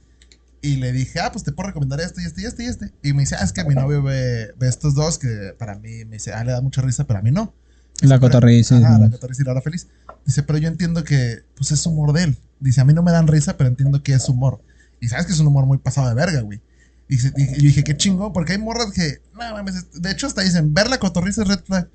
Y le dije, ah, pues te puedo recomendar este y este y este y este. Y me dice, ah, es que mi novio ve, ve estos dos que para mí, me dice, ah, le da mucha risa, pero a mí no. la Pero- cotorriza. Ajá, la cotorriza y la hora feliz. Dice, pero yo entiendo que, pues es humor de él. Dice, a mí no me dan risa, pero entiendo que es humor. Y sabes que es un humor muy pasado de verga, güey. Dice, y y dije, qué chingo, porque hay morras que, no mames, es- de hecho hasta dicen, ver la cotorriza es red flag.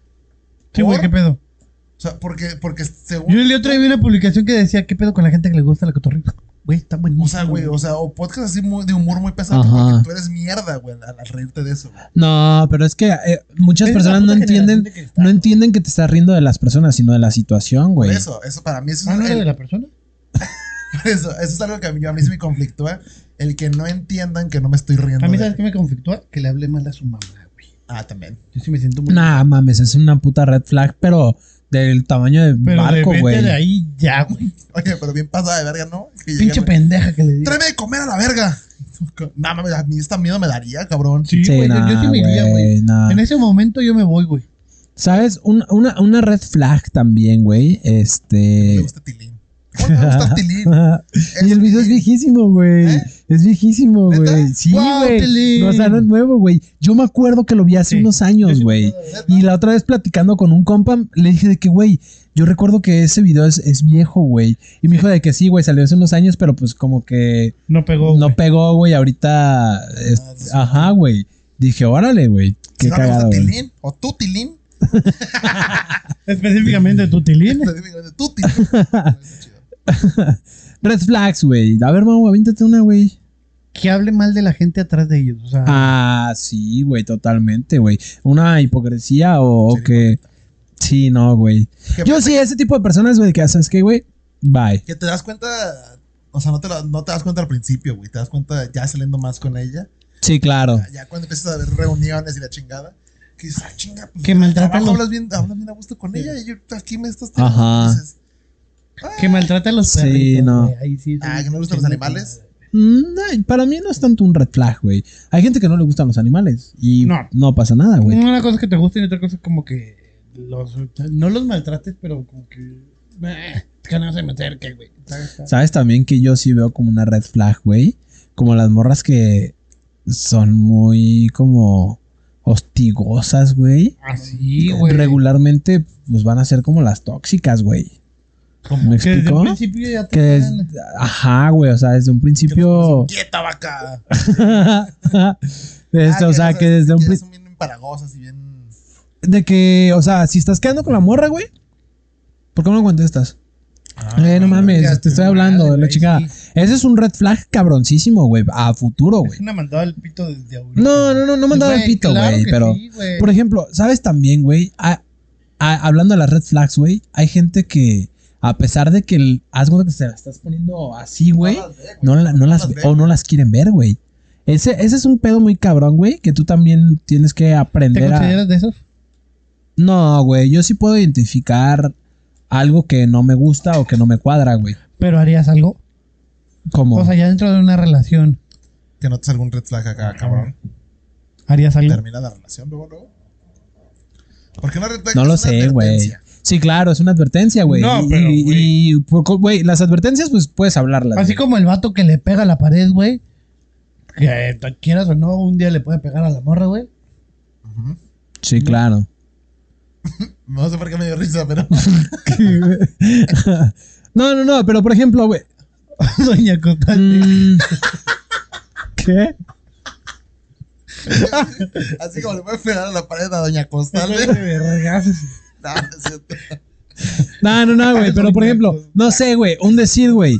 Sí, güey, ¿Por? qué pedo. O sea, porque, porque según. Yo el otro día vi una publicación que decía, ¿qué pedo con la gente que le gusta la cotorrita? Güey, está buenísimo. O sea, güey, o sea, o podcast así muy- de humor muy pesado, Ajá. porque tú eres mierda, güey, al, al reírte de eso. güey. No, pero es que eh, muchas Es la personas no puta generación entienden, de que está, no güey. entienden que te estás riendo de las personas, sino de la situación, Por güey. eso, eso para mí eso Ah, es, ¿no era el- de la persona? eso, eso es algo que a mí, a mí sí me conflictúa. El que no entiendan que no me estoy riendo. A mí, de- ¿sabes qué me conflictúa? Que le hable mal a su mamá, güey. Ah, también. Yo sí me siento muy... Nah, mames, es una puta red flag, pero del tamaño de pero barco, de güey. vete de ahí ya, güey. Oye, pero bien pasada de verga, ¿no? Que Pinche llegan, pendeja que le digo. Tráeme de comer a la verga. No mames, a mí esta miedo me daría, cabrón. Sí, güey, yo- yo sí me iría, nah, güey. nah. En ese momento yo me voy, güey. ¿Sabes? Un- una, una red flag también, güey. Me Este. gusta Tilín. ¿Cómo te va a gustar Tilín? y el video es viejísimo, güey. ¿Eh? Es viejísimo, ¿Neta? güey. Sí, Wow, güey. Tilín. No, o sea, no es nuevo, güey. Yo me acuerdo que lo vi hace Sí. unos Yo años, sí me güey. acuerdo Y la otra vez platicando con un compa, le dije de que, güey, yo recuerdo que ese video es, es viejo, güey. Y me dijo de que sí, güey, salió hace unos años, pero pues como que No pegó, no güey. pegó, güey. Ahorita. es- Ah, sí. ajá, güey. Dije, órale, güey. Qué Si no me gusta cagado. güey. Tilín, o tú Tilín. Específicamente tu tilín. Tú Tilín. Está chido. Red flags, güey. A ver, vamos, avíntate una, güey. que hable mal de la gente atrás de ellos. O sea, Ah, sí, güey, totalmente, güey. Una hipocresía o, o Sí, que... Sí, no, güey. Que Yo aparte- sí, ese tipo de personas, güey, que haces que, güey, bye. Que te das cuenta, o sea, no te, lo- no te das cuenta al principio, güey. Te das cuenta ya saliendo más con ella. Sí, claro. Ya cuando empiezas a ver reuniones y la chingada. Que dices, ah, chinga, pues. Que en el maltratan trabajo los- Hablas bien, hablas bien a gusto con ella y yo aquí me estás Ajá. y dices, que maltrata a los Sí, perritos. no. güey. Ahí sí, Ah, sí, que no le gustan sí, los sí, animales. Mm, ay, para mí no es tanto un red flag, güey. Hay gente que no le gustan los animales y no, No. pasa nada, güey. Una cosa es que te gusta y otra cosa es como que los, no los maltrates, pero como que. eh, que no se me acerque, güey. ¿Sabes? ¿Sabes también que yo sí veo como una red flag, güey? Como las morras que son muy como hostigosas, güey. Así, Ah, güey. Regularmente, pues van a ser como las tóxicas, güey. Como ¿Me que desde explicó? un principio ya te. Que es, dan- ajá, güey, o sea, desde un que nos principio. pusimos, quieta vaca. Esto, Ah, Este, o sea, cosas que desde un que pri- son bien empalagosas y bien. De que, o sea, si estás quedando con la morra, güey, ¿por qué no me contestas? eh, no mames, Ah, ya, te tu estoy madre, hablando de la güey, chica. sí. Ese es un red flag cabroncísimo, güey, a futuro, Es güey. una mandada al pito desde ahorita. No, no, no, no me han dado el Güey, pito, claro güey, que pero. sí, güey. Por ejemplo, ¿sabes también, güey? Ah, a- hablando de las red flags, güey, hay gente que, a pesar de que el asgo que se la estás poniendo así, güey, las ve, güey. no, la- no las, las ve- ve, o no las quieren ver, güey. Ese, ese es un pedo muy cabrón, güey, que tú también tienes que ¿Te aprender a... consideras de esos? No, güey, yo sí puedo identificar algo que no me gusta o que no me cuadra, güey. Pero harías algo. Como... O sea, ya dentro de una relación, Que notes algún red flag acá, cabrón. harías algo. Termina la relación luego, luego. ¿Por qué no red flag? No es lo una sé, güey. advertencia. Sí, claro, es una advertencia, güey. No, Y- pero, y- Y, por co- güey, las advertencias, pues puedes hablarlas. Así güey. como el vato que le pega a la pared, güey. Que t- quieras o no, un día le puede pegar a la morra, güey. Ujú. Sí, claro. No sé por qué me dio risa, pero. no, no, no, pero por ejemplo, güey. Doña Constante. mm, ¿Qué? Así como le voy a pegar a la pared a Doña Costal. Vergazos. No, no es cierto. No, no, no, güey. Pero por ejemplo, no sé, güey. Un decir, güey.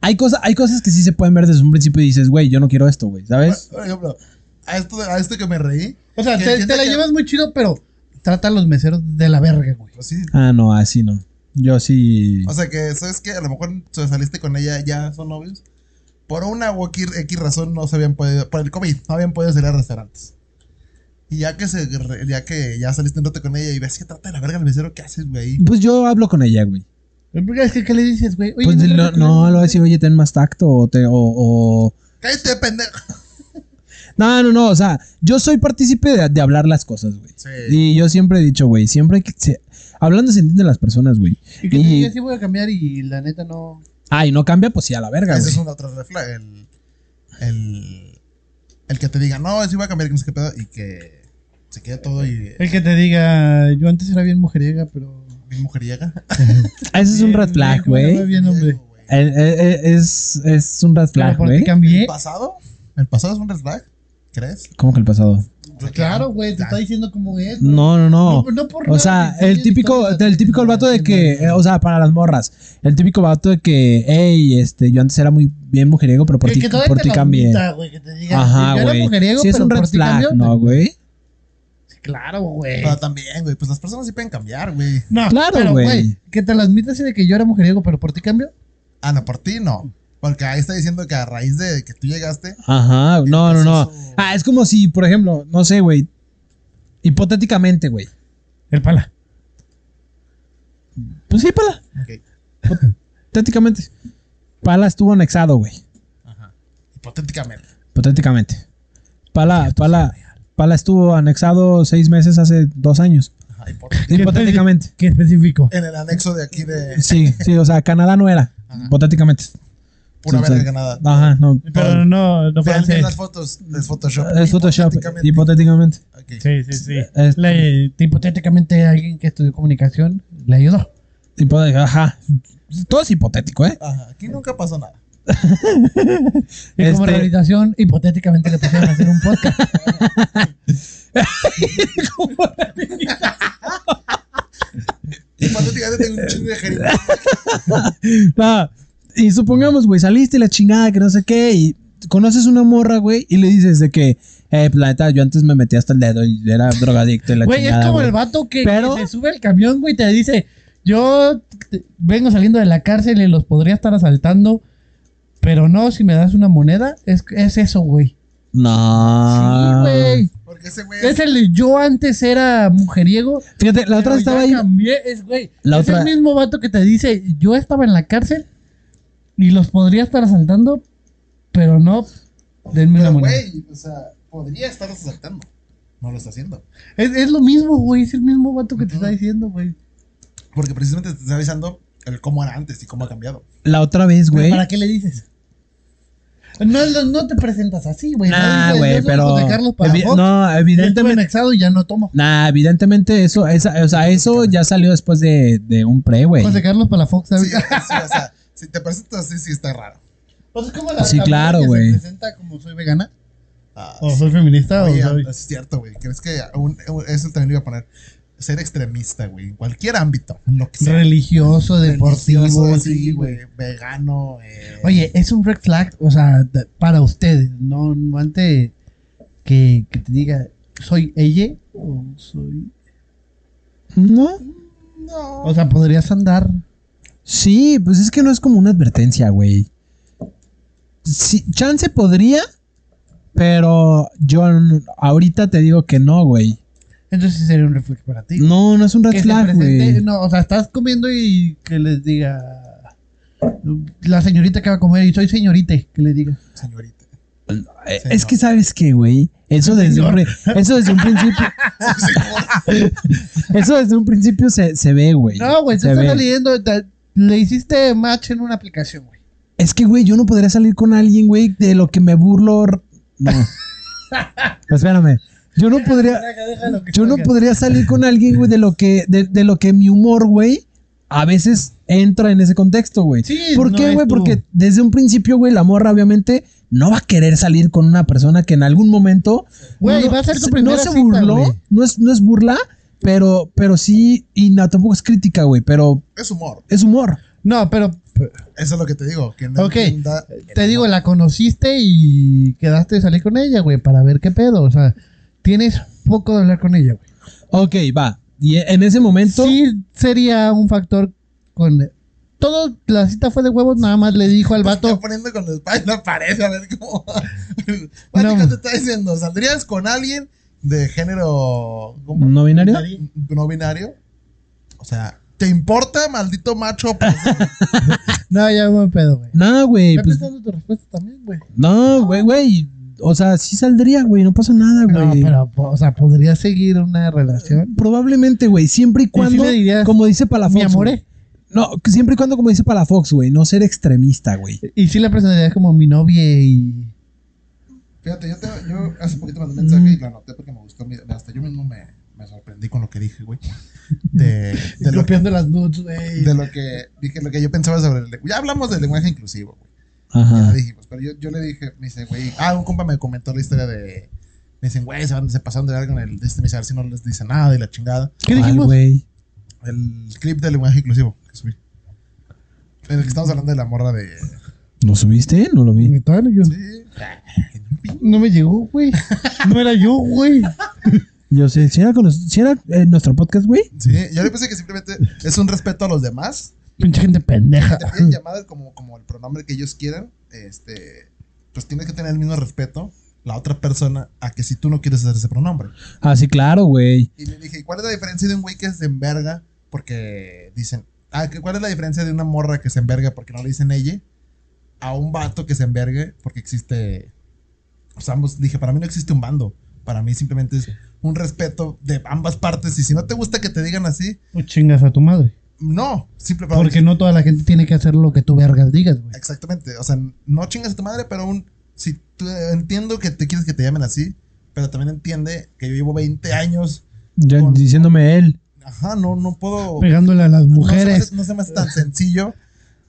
Hay, cosa, hay cosas que sí se pueden ver desde un principio y dices, güey, yo no quiero esto, güey, ¿sabes? Por ejemplo, a esto, a esto que me reí. o sea, que te, entienda te la que- llevas muy chido, pero trata a los meseros de la verga, güey. Pues sí. Ah, no, así no. Yo sí. O sea que, ¿sabes qué? A lo mejor o sea, saliste con ella, ya son novios. Por una u X X razón no se habían podido, por el COVID, no habían podido salir a restaurantes. Y ya que se re- ya que ya saliste un rato con ella y ves que trata de la verga el mesero, ¿qué haces, güey? Pues yo hablo con ella, güey. Es que, ¿qué le dices, güey? Oye, Pues te no, recuerdas? no, lo voy a decir, oye, ten más tacto o te, o- o, ¡Cállate, pendejo! No, no, no, o sea, yo soy partícipe de, de hablar las cosas, güey. Sí. Y yo siempre he dicho, güey, siempre hay que... se- hablando se entienden las personas, güey. Y que te Y- diga, sí voy a cambiar y la neta no. Ah, y no cambia, pues sí, a la verga, Ese es güey. un otro reflejo. El, el, el que te diga, no, sí voy a cambiar, que no sé qué pedo, y que se quede todo y El que te diga, yo antes era bien mujeriega, pero. mi mujeriega. Ah, Ese es un red Bien, flag, bien, güey. Bien, hombre. Eh, eh, eh, Es, es un red Pero flag, por Ah, ti güey. ¿El cambié. pasado? ¿El pasado es un red flag? ¿Crees? ¿Cómo que el pasado? Pues Claro, güey, te Ya. está diciendo cómo es. güey. No, no, no. No, no por O nada, sea, güey, el también típico, historias el típico el vato de que, eh, o sea, para las morras, el típico vato de que, hey, este, yo antes era muy bien mujeriego, pero por Que- ti, que todavía por te ti la cambié. admita, güey, que te diga, Ajá, yo era güey. mujeriego, Sí es pero un red por ti cambió. flag, no, güey. Claro, güey. Pero también, güey, pues las personas sí pueden cambiar, güey. No, Claro, pero, güey. Que te la admitas así de que yo era mujeriego, pero por ti cambió. Ah, no, por ti no. Porque ahí está diciendo que a raíz de que tú llegaste, Ajá, no, no, no. Entonces, eso- Ah, es como si, por ejemplo, no sé, güey. Hipotéticamente, güey. El pala. Pues sí, Pala. Ok. Hipotéticamente. Pala estuvo anexado, güey. hipotéticamente. Hipotéticamente. Pala, Pala, Pala estuvo anexado seis meses hace dos años. Ajá, hipotéticamente. Hipotéticamente. ¿Qué específico? En el anexo de aquí de Sí, sí, o sea, Canadá no era. Hipotéticamente. pura Sí, sí. verga ganada. Ajá, no. Pero no, no Vean parece. las fotos, es Photoshop. Es Photoshop. Hipotéticamente. Hipotéticamente. Ok. Sí, sí, sí. Es- Le- hipotéticamente alguien que estudió comunicación le ayudó. Hipote- Ajá. Todo es hipotético, ¿eh? Ajá, aquí nunca pasó nada. Y como Este- rehabilitación, hipotéticamente le pusieron a hacer un podcast. Hipotéticamente tengo un chingo de jeringa. Ah, y supongamos, güey, saliste y la chingada, que no sé qué, y conoces una morra, güey, y le dices de que, eh, planeta, yo antes me metí hasta el dedo y era drogadicto y la Güey, es chingada. como güey". el vato que, Pero- que se sube al camión, güey, y te dice, yo t- vengo saliendo de la cárcel y los podría estar asaltando, pero no, si me das una moneda, es, es eso, güey. No. Sí, güey. Porque ese güey Es el de yo antes era mujeriego. Fíjate, la otra pero estaba ya ahí. Cambié, es, güey. La es otra- el mismo vato que te dice, yo estaba en la cárcel y los podría estar asaltando, pero no, denme una Pero, moneda. güey, o sea, podría estar asaltando. No lo está haciendo. Es, es lo mismo, güey, es el mismo vato que te Ujú. está diciendo, güey. Porque precisamente te está avisando el cómo era antes y cómo ha cambiado. La otra vez, ¿Pero güey. ¿Para qué le dices? No, no, no te presentas así, güey. Nah, Yo güey, soy pero. José Carlos pues, para evi- Fox, No, yo estuve evidentemente. anexado y ya no tomo. Nah, evidentemente eso, esa, o sea, eso ya salió después de, de un pre, güey. José Carlos para Fox, Sí, ¿sabes? Ah, sí, o sea, si te presentas así, sí está raro. Pues es como la Sí, la claro, morra que güey. Se presenta como soy vegana. Ah, O soy feminista. Oye, o soy... es cierto, güey. ¿Crees que un- un- eso también lo iba a poner? Ser extremista, güey. En cualquier ámbito. en lo que sea. Religioso, deportivo. Religioso, sí, sí, güey. Vegano. eh. Oye, es un red flag, o sea, de- para ustedes, no, no ante que, que te diga, soy ella o soy. No. No. O sea, podrías andar. Sí, pues es que no es como una advertencia, güey. Sí, chance podría, pero yo n- ahorita te digo que no, güey. Entonces sí sería un reflejo para ti. No, no es un red que se flag, presente- güey. No, o sea, estás comiendo y que les diga. La señorita que va a comer y soy señorita, que les diga. Señorita. Eh, sí, es no. que sabes qué, güey. Eso desde un, pri- eso desde un principio, eso desde un principio se, se ve, güey. No, güey, tú Se estás ve. saliendo. te- le hiciste match en una aplicación, güey. Es que, güey, yo no podría salir con alguien, güey, de lo que me burlo. r- No. Espérame. Yo no podría. Yo no podría salir con alguien, güey, de lo que, de, de lo que mi humor, güey, a veces entra en ese contexto, güey. Sí, ¿Por no qué, es güey? tú. Porque desde un principio, güey, la morra, obviamente, no va a querer salir con una persona que en algún momento. Güey, no, va a ser tu se- primera No se cita, güey. burló, no es, no es burla, pero, pero sí, y no, tampoco es crítica, güey, pero Es humor. es humor. No, pero Eso es lo que te digo. Que no Ok. entienda- te digo, la conociste y quedaste de salir con ella, güey, para ver qué pedo. O sea, tienes poco de hablar con ella, güey. Ok, va. Y en ese momento. Sí sería un factor con... Todo, la cita fue de huevos, nada más le dijo al Está vato... Pues, poniendo con los pies la pared, a ver cómo. Bueno, No. ¿qué te está diciendo? ¿Saldrías con alguien de género. ¿cómo? ¿No binario? No binario. O sea, ¿te importa, maldito macho? Pues, No, ya me pedo, güey. No, güey. Está pues, pensando tu respuesta también, güey. no, güey, güey. O sea, sí saldría, güey. No pasa nada, güey. No, pero, po- o sea, ¿podría seguir una relación? Probablemente, güey, siempre y cuando, le dirías, como dice Palafox. Mi amor, ¿eh?" güey. No, que siempre y cuando, como dice Palafox, güey, no ser extremista, güey. Y sí la presentarías como mi novia y... Fíjate, yo, te, yo hace poquito mandé un mensaje y lo anoté porque me gustó. mi- Hasta yo mismo me, me sorprendí con lo que dije, güey. De, de lo que copiando las nudes, güey. de lo que dije, lo que yo pensaba sobre el lenguaje. Ya hablamos del lenguaje inclusivo, güey. Ya Ajá. lo dijimos, pero yo, yo le dije, me dice, güey, ah, un compa me comentó la historia de. Me dicen, güey, se, van- se pasaron de verga en el de este, me dice, a ver si no les dice nada y la chingada. ¿Qué ¿Cuál, dijimos? güey? El clip del lenguaje inclusivo que subí. En el que estamos hablando de la morra de. ¿Lo subiste? No lo vi. Ni tal, yo- Sí. No me llegó, güey. No era yo, güey. Yo sé, si era, con nos- si era eh, nuestro podcast, güey. Sí, yo le pensé que simplemente es un respeto a los demás. Pinche gente pendeja. Te piden llamadas como, como el pronombre que ellos quieran. Este, pues tienes que tener el mismo respeto la otra persona a que si tú no quieres hacer ese pronombre. Ah, sí, claro, güey. Y le dije, ¿y cuál es la diferencia de un güey que se enverga? Porque dicen, ah, ¿que ¿cuál es la diferencia de una morra que se enverga porque no le dicen ella? A un vato que se envergue porque existe. O sea, ambos, dije, para mí no existe un bando. Para mí simplemente es un respeto de ambas partes. Y si no te gusta que te digan así, Pues chingas a tu madre. no. Simple, para mí- Porque no toda la gente tiene que hacer lo que tú vergas digas, güey. Exactamente. O sea, no chingas a tu madre, pero un. Si tú- entiendo que te quieres que te llamen así, pero también entiende que yo llevo 20 años. Ya Con- diciéndome él. Ajá, no, no puedo. Pegándole a las mujeres. No se, me hace, no se me hace tan sencillo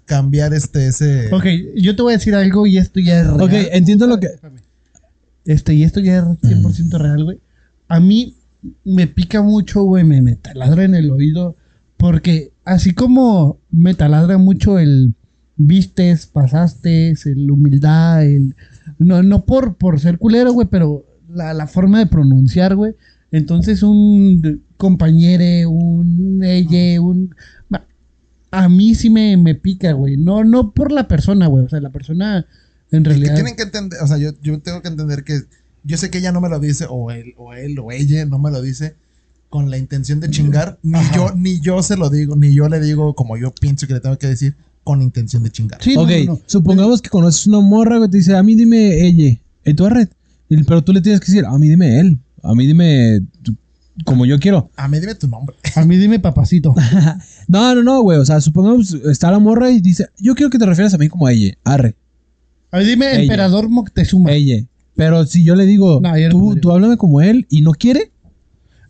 cambiar este ese. Ok, yo te voy a decir algo y esto ya es real. Ok, entiendo lo que. Este, y esto ya es 100% real, güey. A mí me pica mucho, güey, me, me taladra en el oído. Porque así como me taladra mucho el vistes, pasaste, el humildad, el... No, no por, por ser culero, güey, pero la, la forma de pronunciar, güey. Entonces un compañere, un ella, un... ma- A mí sí me, me pica, güey. No, no por la persona, güey. O sea, la persona en Y que realidad... tienen que entender. O sea, yo, yo tengo que entender que. Yo sé que ella no me lo dice, o él, o él, o ella no me lo dice con la intención de chingar. Ni yo, ni yo se lo digo, ni yo le digo como yo pienso que le tengo que decir con intención de chingar. Sí, no, Ok, no, no. supongamos que conoces una morra, güey, te dice, a mí dime ella. Y tú arret. Y- Pero tú le tienes que decir, a mí dime él. A mí dime tú- como yo quiero. A mí dime tu nombre. A mí dime papacito. No, no, no, güey. O sea, supongamos, está la morra y dice, yo quiero que te refieras a mí como a ella. Arre, A mí dime Ella. emperador Moctezuma. ella. Pero si yo le digo, No, yo no tú, podría. tú háblame como él y no quiere,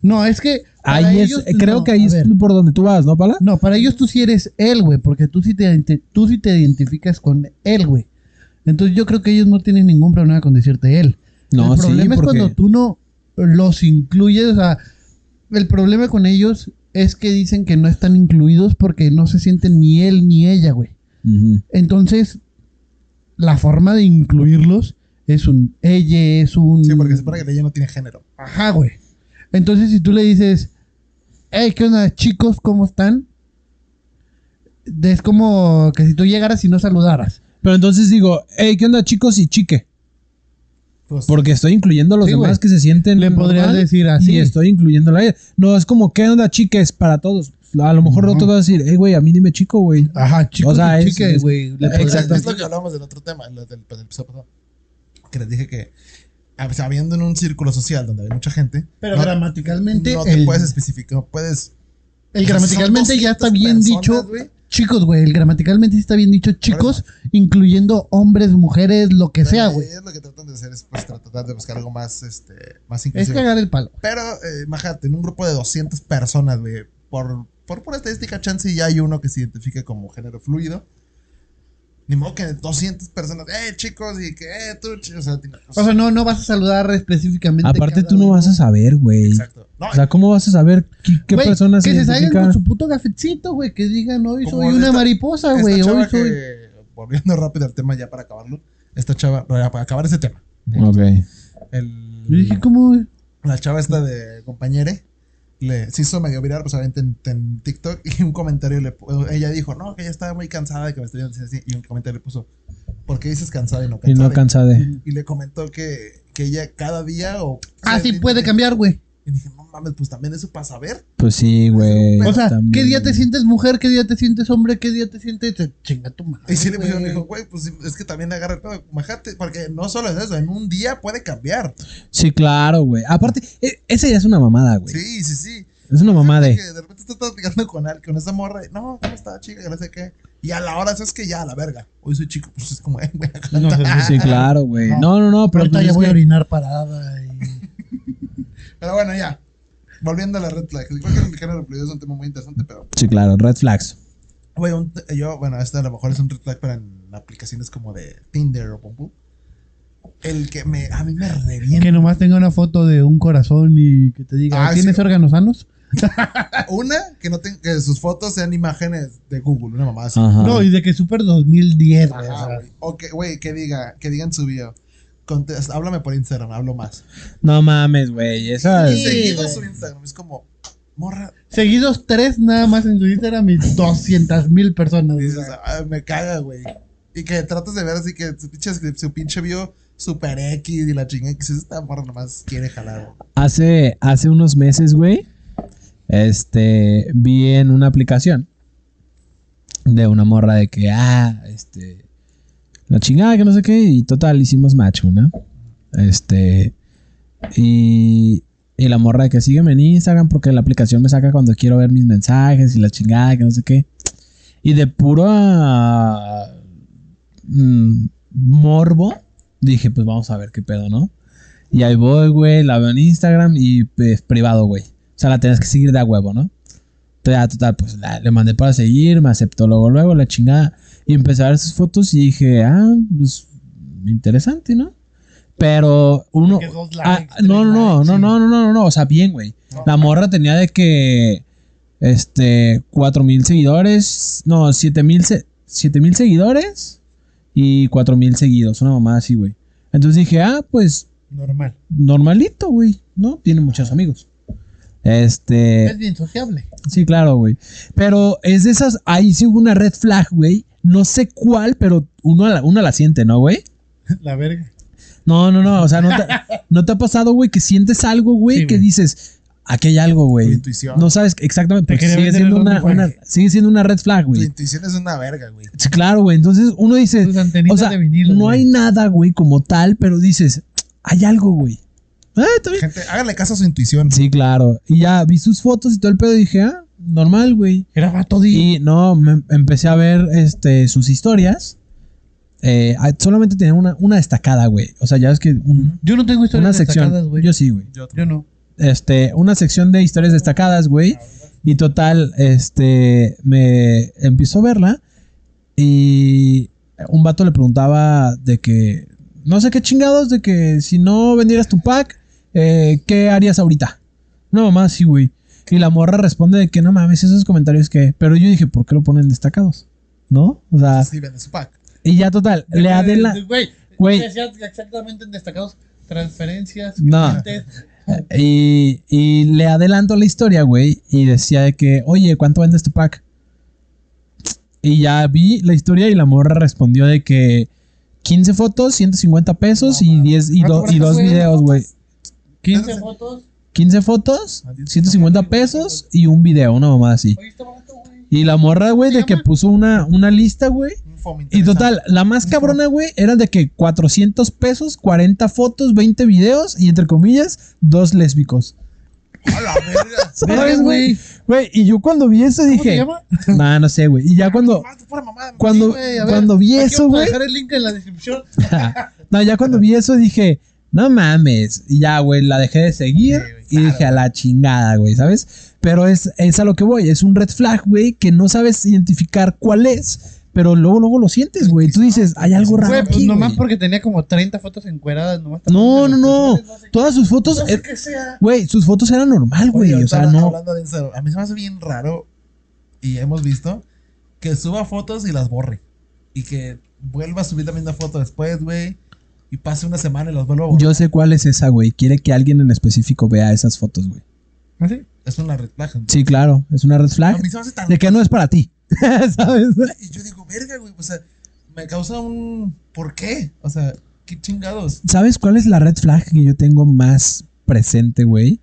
No, es que... para ahí es, eh, ellos- creo no, que ahí a es ver. por donde tú vas, ¿no, Pala? No, para ellos tú sí eres él, güey, porque tú sí, te, identi- tú sí te identificas con él, güey. Entonces yo creo que ellos no tienen ningún problema con decirte él. No, el sí, problema es porque... cuando tú no los incluyes, o sea, el problema con ellos es que dicen que no están incluidos porque no se sienten ni él ni ella, güey. Ujú. Entonces, la forma de incluirlos es un ella, es un... Sí, porque se supone que ella no tiene género. Ajá, güey. Entonces, si tú le dices, hey, ¿qué onda, chicos? ¿Cómo están? Es como que si tú llegaras y no saludaras. Pero entonces digo, hey, ¿qué onda chicos y chique? Pues, Porque estoy incluyendo a los Sí, demás güey. que se sienten. Le podrías normal decir así. Y estoy incluyéndolo a ella. No, es como, ¿qué onda chiques para todos? A lo mejor No. Ah, no te vas a decir, hey, güey, a mí dime chico, güey. Ajá, chicos O sea, y es- chiques, es- güey. Le podrías Exacto. Es decir- lo que hablábamos del otro tema, lo del, del episodio pasado. Que les dije que, a- o sea, habiendo en un círculo social donde hay mucha gente, Pero no, gramaticalmente. no te el, puedes especificar, no puedes. el gramaticalmente Son ya está 200 bien personas, dicho. güey. Chicos, güey. El gramaticalmente sí está bien dicho chicos, incluyendo hombres, mujeres, lo que sea, Pero, güey. eh, Es lo que tratan de hacer, es pues, tratar de buscar algo más, este, más Es inclusivo. cagar el palo. Pero, eh, majate, en un grupo de 200 personas, güey, por, por pura estadística, chance ya hay uno que se identifica como género fluido. Ni modo que 200 personas, eh, chicos, y que, eh, tú, chi-", o sea, tiene- O sea, no, no vas a saludar específicamente. Aparte, cada tú no uno. vas a saber, güey. exacto. No, O sea, ¿cómo vas a saber qué, qué Güey, personas Que se se salgan identifican? con su puto gafetcito, güey. Que digan, hoy Como soy de una esta- mariposa, esta güey. Hoy chava soy. que- volviendo rápido al tema ya para acabarlo, esta chava, para acabar ese tema, Ok. el- Yo dije, ¿cómo? güey? la chava esta de compañere le, se hizo medio viral, pues obviamente en, en TikTok, y un comentario le pu- ella dijo, no, que ella estaba muy cansada de que me estuvieran diciendo así, y un comentario le puso, ¿por qué dices cansada y no Y cansada? no cansade. Y le comentó que, que ella cada día o... Ah, sí, y- puede cambiar, güey. Y dije, no mames, pues también eso para saber. Pues sí, güey. O sea, ¿qué también. día te sientes mujer? ¿Qué día te sientes hombre? ¿Qué día te sientes? Te- Chinga tu madre. Y sí Ah, le güey. pusieron, le dijo, güey, pues es que también agarra el pedo, majate, porque no solo es eso, en un día puede cambiar. Sí, claro, güey. Aparte, e- esa ya es una mamada, güey. Sí, sí, sí. Es una mamada de. Que de repente tú estás ligando con, al- con esa morra. y, No, ¿cómo está, chica? Que No sé qué. Y a la hora, ¿sabes que Ya, a la verga. Hoy soy chico, pues es como, eh, güey, aguanta. No, sí, Sí, claro, güey. No, no, no, pero. Ahorita pues ya es voy a que- orinar parada. y- Pero bueno, ya. Volviendo a la red flag. Creo que el género fluido es un tema muy interesante, pero, Sí, claro, red flags. güey, un- yo, bueno, esto a lo mejor es un red flag, pero en aplicaciones como de Tinder o Pompu. El que me, a mí me revienta. Que nomás tenga una foto de un corazón y que te diga, Ah, ¿tienes sí. órganos sanos? Una, que no tenga, que sus fotos sean imágenes de Google, una mamá así. Ajá. No, y de que Super 2010, güey. o Ajá, sea, güey. O que, güey, que diga, que digan su video. Contest- háblame por Instagram, hablo más. No mames, güey. Esa es- seguido su Instagram. Es como, morra. Seguidos tres nada más en su Instagram y 200 mil personas. güey. Dices, "Ah, me caga, güey. Y que tratas de ver así que su pinche, su pinche vio super X y la chingada. Que dices, esta morra nomás quiere jalar. güey". Hace, hace unos meses, güey, este, vi en una aplicación de una morra de que, ah, este, la chingada, que no sé qué, y total, hicimos match, güey, ¿no? Este, y, y la morra de que sígueme en Instagram porque la aplicación me saca cuando quiero ver mis mensajes y la chingada, que no sé qué. Y de puro ah, mm, morbo, dije, pues vamos a ver qué pedo, ¿no? Y ahí voy, güey, la veo en Instagram y pues, privado, güey. O sea, la tenías que seguir de a huevo, ¿no? Entonces, ya, total, pues la- le mandé para seguir, me aceptó luego, luego, la chingada. Y empecé a ver sus fotos y dije, ah, pues interesante, ¿no? Pero uno... Que dos Ah, likes, no, tres no, no, likes, no, sí. no, no, no, no, o sea, bien, güey. La morra tenía de que, este, cuatro mil seguidores, no, siete mil, se- siete mil seguidores y cuatro mil seguidos, una mamá así, güey. Entonces dije, ah, pues Normal. normalito, güey, ¿no? Tiene muchos amigos. Es Este, bien sociable. sí, claro, güey. Pero es de esas, ahí sí hubo una red flag, güey. No sé cuál, pero uno, a la- uno la siente, ¿no, güey? La verga. No, no, no, o sea, no te, ¿no te ha pasado, güey, que sientes algo, güey, Sí, que güey. dices, aquí hay algo, Tu güey. intuición. No sabes exactamente, Te porque quería sigue vender siendo el una, Don Juan. una- sigue siendo una red flag, tu güey. intuición es una verga, güey. Sí, claro, güey. Entonces uno dice, Tus antenitas Eh, o sea, Pues, de vinilo. no güey. hay nada, güey, como tal, pero dices, hay algo, güey. Ah, está bien. Gente, háganle caso a su intuición. Sí, claro. Y ya vi sus fotos y todo el pedo y dije, ah, normal, güey. Era vato de. Y no, me empecé a ver este, sus historias. Eh, ah, solamente tenía una, una destacada, güey. O sea, ya es que un- Yo no tengo historias una sección. destacadas, güey. Yo sí, güey. Yo Yo no. Este, una sección de historias destacadas, güey. Y total, este, me empiezo a verla. Y un vato le preguntaba de que, no sé qué chingados, de que si no vendieras tu pack, eh, ¿qué harías ahorita? No, mamá, sí, güey. Y la morra responde de que no mames, esos comentarios que. Pero yo dije, ¿por qué lo ponen destacados? ¿No? O sea, Sí, vende su pack. y ya total, le Eh, adela. Güey. Güey. Decías exactamente en destacados transferencias. No. clientes, Y, y le adelanto la historia, güey. Y decía de que, oye, ¿cuánto vendes tu pack? Y ya vi la historia y la morra respondió de que 15 fotos, 150 pesos y 10 y, ¿Cuánto do- y cuesta, dos güey? videos, güey. 15 fotos. 15 fotos, Ah, 150 pesos y un video, una mamada así. Oye, está barato, güey. Y la morra, güey, de que puso una, una lista, güey. Un foam Y interesante. total, la más cabrona, güey, era de que 400 pesos, 40 fotos, 20 videos y entre comillas, dos lésbicos. A la verga. ¿Sabes, güey? Güey, y yo cuando vi eso ¿Cómo se dije, llama? no, no sé, güey. Y ya cuando, Ah, tú pura mamada, cuando, sí, güey, a ver. cuando vi Aquí eso, vamos a güey. dejar el link en la descripción. no, ya cuando vi eso dije, no mames. Y ya, güey, la dejé de seguir Sí, güey, y dije a la chingada, güey, ¿sabes? Pero es, es a lo que voy, es un red flag, güey, que no sabes identificar cuál es, pero luego, luego lo sientes, güey. Tú dices, hay algo raro Güey, pues aquí, nomás güey". porque tenía como 30 fotos encueradas. Nomás No, también no, no. de los perfiles, sé Todas sus fotos, qué. No eh, sé qué sea. güey, sus fotos eran normal, güey. Oye, O sea, ahorita no. hablando de Instagram, a mí se me hace bien raro y hemos visto que suba fotos y las borre. Y que vuelva a subir la misma foto después, güey. Y pase una semana y las vuelva a borrar. Yo sé cuál es esa, güey. Quiere que alguien en específico vea esas fotos, güey. ¿Ah, sí? Es una red flag. entonces. Sí, claro, es una red A flag mí se me hace tan de que no es para ti. ¿Sabes? Y yo digo, verga, güey. O sea, me causa un. ¿Por qué? O sea, qué chingados. ¿Sabes cuál es la red flag que yo tengo más presente, güey?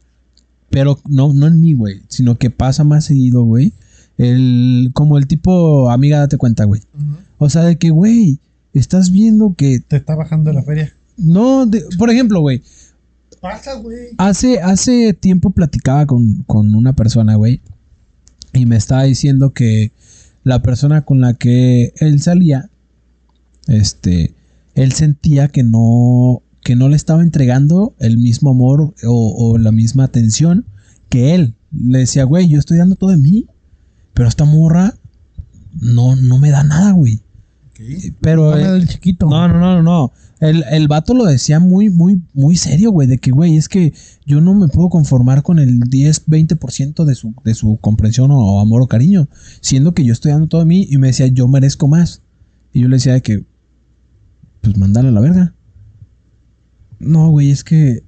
Pero no, no en mí, güey, sino que pasa más seguido, güey. El, como el tipo, amiga, date cuenta, güey. Ujú. O sea, de que, güey, estás viendo que... Te está bajando la feria. No, de- por ejemplo, güey, Pasa, güey. Hace, hace tiempo platicaba con, con una persona, güey. Y me estaba diciendo que la persona con la que él salía, este, él sentía que no, que no le estaba entregando el mismo amor o, o la misma atención que él. Le decía, güey, yo estoy dando todo de mí, pero esta morra no, no me da nada, güey. Ok. Pero... eh, Habla del chiquito. no, no, no, no, no. El, el vato lo decía muy, muy, muy serio, güey. De que, güey, es que yo no me puedo conformar con el 10, 20% de su, de su comprensión o, o amor o cariño. Siendo que yo estoy dando todo de mí y me decía, yo merezco más. Y yo le decía de que, pues mándale a la verga. No, güey, es que...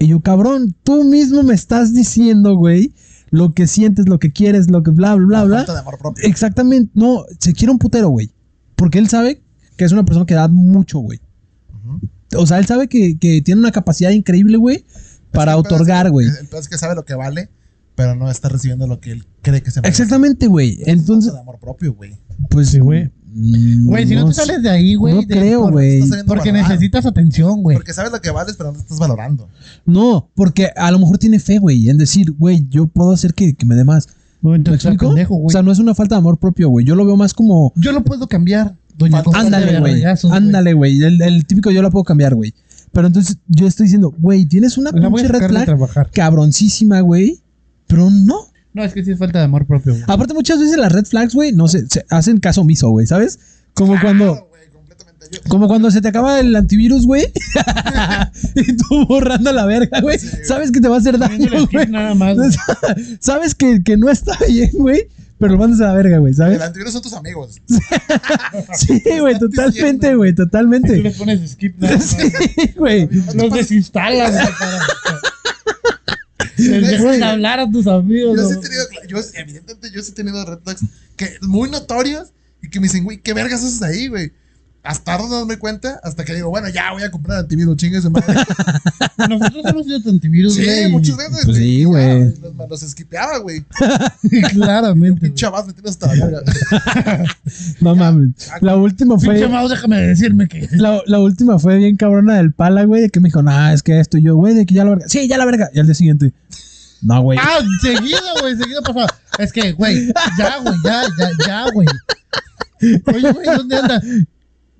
Y yo, cabrón, tú mismo me estás diciendo, güey, lo que sientes, lo que quieres, lo que bla, bla, bla, La bla. Falta de amor propio. Exactamente, no, se quiere un putero, güey. Porque él sabe que es una persona que da mucho, güey. Ujú. O sea, él sabe que, que tiene una capacidad increíble, güey, para Es que el pedo es otorgar, que- güey. El pedo es que sabe lo que vale, pero no está recibiendo lo que él cree que eh, se merece. Exactamente, güey. Entonces, Falta de amor propio, güey. pues, Sí, güey. mm, Güey, si no, te sé. sales de ahí, güey. No de- creo, por- güey. Estás sabiendo Porque valorar. necesitas atención, güey. Porque sabes lo que vales, pero no te estás valorando. No, porque a lo mejor tiene fe, güey, en decir, güey, yo puedo hacer que, que me dé más. Güey, ¿Me entonces, explico? pendejo, güey. o sea, no es una falta de amor propio, güey. Yo lo veo más como, Yo lo puedo cambiar, doña Consuelo ándale, de güey. Vergazos, güey. Ándale, güey. El, el típico yo la puedo cambiar, güey. Pero entonces yo estoy diciendo, güey, tienes una La voy a pinche red sacar de flag trabajar. cabroncísima, güey. Pero no. No, es que sí es falta de amor propio, güey. Aparte, muchas veces las red flags, güey, no se, se hacen caso omiso, güey, ¿sabes? Como cuando. Claro, güey, completamente. Yo- Como cuando se te acaba el antivirus, güey. y tú borrando la verga, güey. Sí, güey. Sabes que te va a hacer daño, Poniéndole click güey. nada más. güey. Sabes que, que no está bien, güey. Pero lo mandas a la verga, güey, ¿sabes? El antivirus son tus amigos. Sí, güey, están totalmente, diciendo. güey, Tú totalmente. le pones skip nada más. Sí, güey. Los desinstalas, güey. para- Les dejas de hablar a tus amigos. Yo sí he güey. tenido, yo, evidentemente, yo sí he tenido red flags que, muy notorios y que me dicen, güey, ¿qué vergas haces ahí, güey? Hasta ahora no darme cuenta, hasta que digo, bueno, ya voy a comprar antivirus, chingues de madre. Nosotros hemos sido tu antivirus, sí, güey. muchas veces. Pues sí, y ya, güey. Los, los esquipeaba, güey. Claramente. güey. Pinche abas me tienes hasta la verga. No mames. La última Pinche fue. Mau, déjame decirme que. La, la última fue bien cabrona del pala, güey, de que me dijo, nah, es que esto y yo, güey, de que ya la verga. Sí, ya la verga. Y al día siguiente, no, güey. Ah, seguido, güey, seguido pasado. Es que, güey, ya, güey, ya, ya, ya, güey. Oye, güey, ¿dónde andas?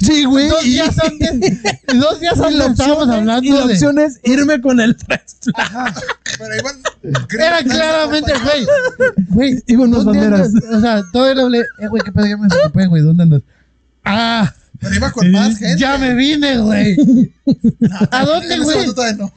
Sí, güey. Dos y- días antes. Dos días y antes la estábamos opción es- y hablando la de. opción es irme con el resto. Pero iban. Era claramente, güey. Güey, Iban unas ¿dónde banderas. andas? O sea, todo el doble. Eh, güey, ¿qué pedo? Ya me desocupé, güey. ¿Dónde andas? Ah. Pero iba con más gente. Ya me vine, güey. ¿A dónde, En ese güey? momento todavía no.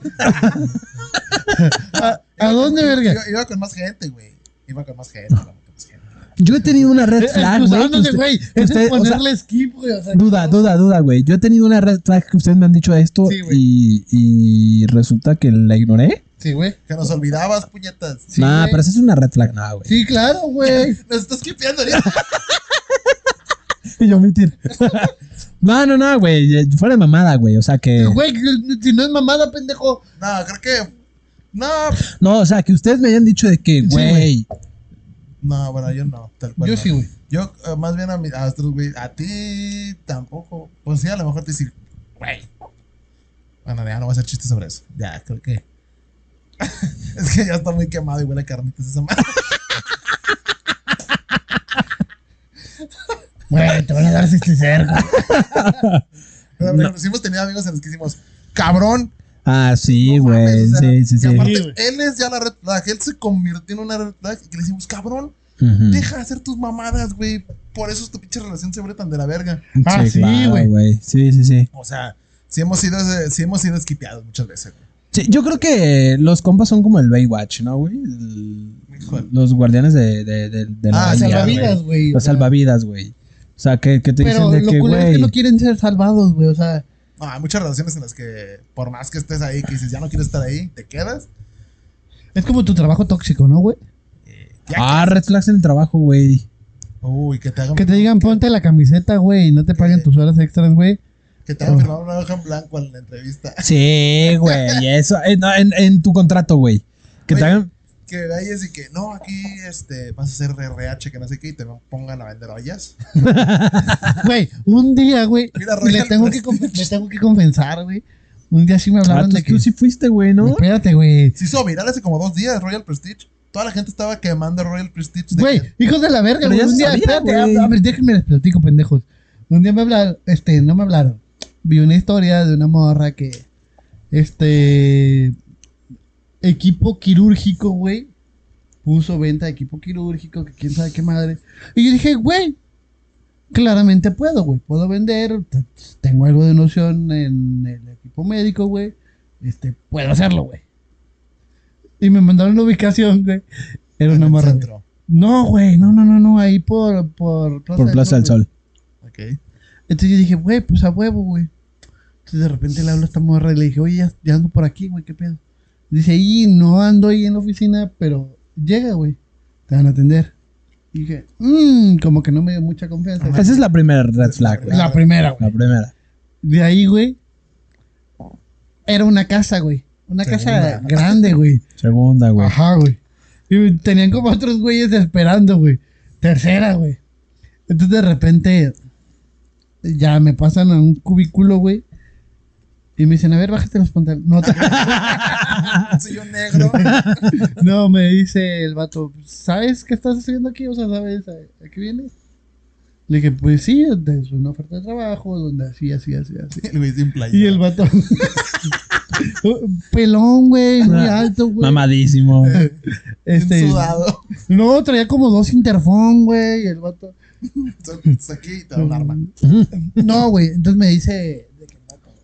¿A, a dónde, verga? Iba, iba con más gente, güey. Iba con más gente. iba con más gente. Yo he tenido una red flag, güey. que Eh, Excusándote, usted- pues, güey. que Es usted- o sea, ponerle skip, güey. o sea, Duda, no. duda, duda, güey. Yo he tenido una red flag que ustedes me han dicho esto Sí, güey. y, y resulta que la ignoré. Sí, güey. Que nos olvidabas, puñetas. Sí, nah, güey. pero eso es una red flag, nah, güey. Sí, claro, Eh. güey. Nos estás quipeando, ¿no? Y yo mentir. no, no, no, güey. eh, Fuera de mamada, güey. O sea que. Güey, si no es mamada, pendejo. No, creo que. No. No, o sea que ustedes me hayan dicho de que, güey. güey. No, bueno, yo no. Tal cual. Yo no. sí, güey. Yo, eh, más bien a, mi- a otros, güey. A ti tampoco. Pues sí, a lo mejor te decir, güey. Bueno, ya no voy a hacer chistes sobre eso. Ya, creo que. es que ya está muy quemado y huele a carnitas esa madre. Güey, te van a dar este cerca. Pero, pero sí hemos tenido amigos en los que hicimos, cabrón. ah, sí, no mames", güey. o sea, sí, sí, y sí. aparte, Sí, güey. él es ya la red flag. Él se convirtió en una red flag y que le decimos, cabrón, Ujú. deja de hacer tus mamadas, güey. Por eso tu pinche relación se abre tan de la verga. Ah, sí, claro, güey. Sí, sí, sí. O sea, sí hemos sido, eh, sí hemos sido esquipeados muchas veces, güey. Sí, yo creo que los compas son como el Baywatch, ¿no, güey? El- Híjole. Los guardianes de, de, de, de la Ah, bahía, güey. salvavidas, güey. o Los sea, salvavidas, güey. O sea, que, que te Pero dicen de lo que, culero es güey. que no quieren ser salvados, güey. O sea, No, hay muchas relaciones en las que por más que estés ahí, que dices ya no quiero estar ahí, te quedas. es como tu trabajo tóxico, ¿no, güey? Ya Ah, red flags en el trabajo, güey. que- Uy, que te hagan, Que te digan, ponte la camiseta, güey, y no te paguen tus horas extras, güey. que te hagan firmar una hoja en blanco en la entrevista. Sí, güey. Eso. eh, no, En, en tu contrato, güey. Que te Güey. hagan. Que vayas y que no, aquí este, vas a hacer RH, que no sé qué, y te pongan a vender ollas. Güey, un día, güey, Mira, pues. le Royal tengo, que, con- le tengo que confesar, güey. Un día sí me Ah, hablaron tú, de que... tú sí fuiste, güey, ¿no? Espérate, güey. Se hizo viral hace como dos días Royal Prestige. Toda la gente estaba quemando Royal Prestige. de Güey, que- hijos de la verga, Pero güey. ya Un se día, sabía, espérate, ah, güey. a, a ver, déjenme les platico, pendejos. Un día me hablaron, este, no me hablaron. Vi una historia de una morra que, este, equipo quirúrgico, güey. Puso venta de equipo quirúrgico, que quién sabe qué madre. Y yo dije, güey, claramente puedo, güey. Puedo vender, t- tengo algo de noción en el equipo médico, güey. Este, puedo hacerlo, güey. Y me mandaron la ubicación, güey. Era en una el morra. güey. centro. No, güey, no, no, no, no, ahí por, por Plaza, Por Plaza del Sol. Ok. güey. Entonces yo dije, güey, pues a huevo, güey. Entonces de repente le hablo a esta morra y le dije, oye, ya, ya ando por aquí, güey, qué pedo. Dice, y no ando ahí en la oficina, pero llega, güey, te van a atender. Y dije, mmm, como que no me dio mucha confianza. Ajá. Esa es la primera red flag, güey. La- primera, La primera. De ahí, güey, era una casa, güey. Una casa Segunda. grande, güey. Segunda, güey. Ajá, güey. Y tenían como otros güeyes esperando, güey. Tercera, güey. Entonces de repente ya me pasan a un cubículo, güey. Y me dicen, a ver, bájate los pantalones. No, te- Un sillón negro. no, me dice el vato, ¿sabes qué estás haciendo aquí? O sea, ¿sabes a, a qué vienes? Le dije, pues sí, es una oferta de trabajo, donde así, así, así, así. El güey sin playa. Y el vato... Pelón, güey, muy alto, güey. Eh, Mamadísimo. Este, sudado. no, traía como dos interfón, güey, y el vato... Mm, Entonces, pues, Aquí y te da un arma. No, güey, entonces me dice. de que no, cabrón.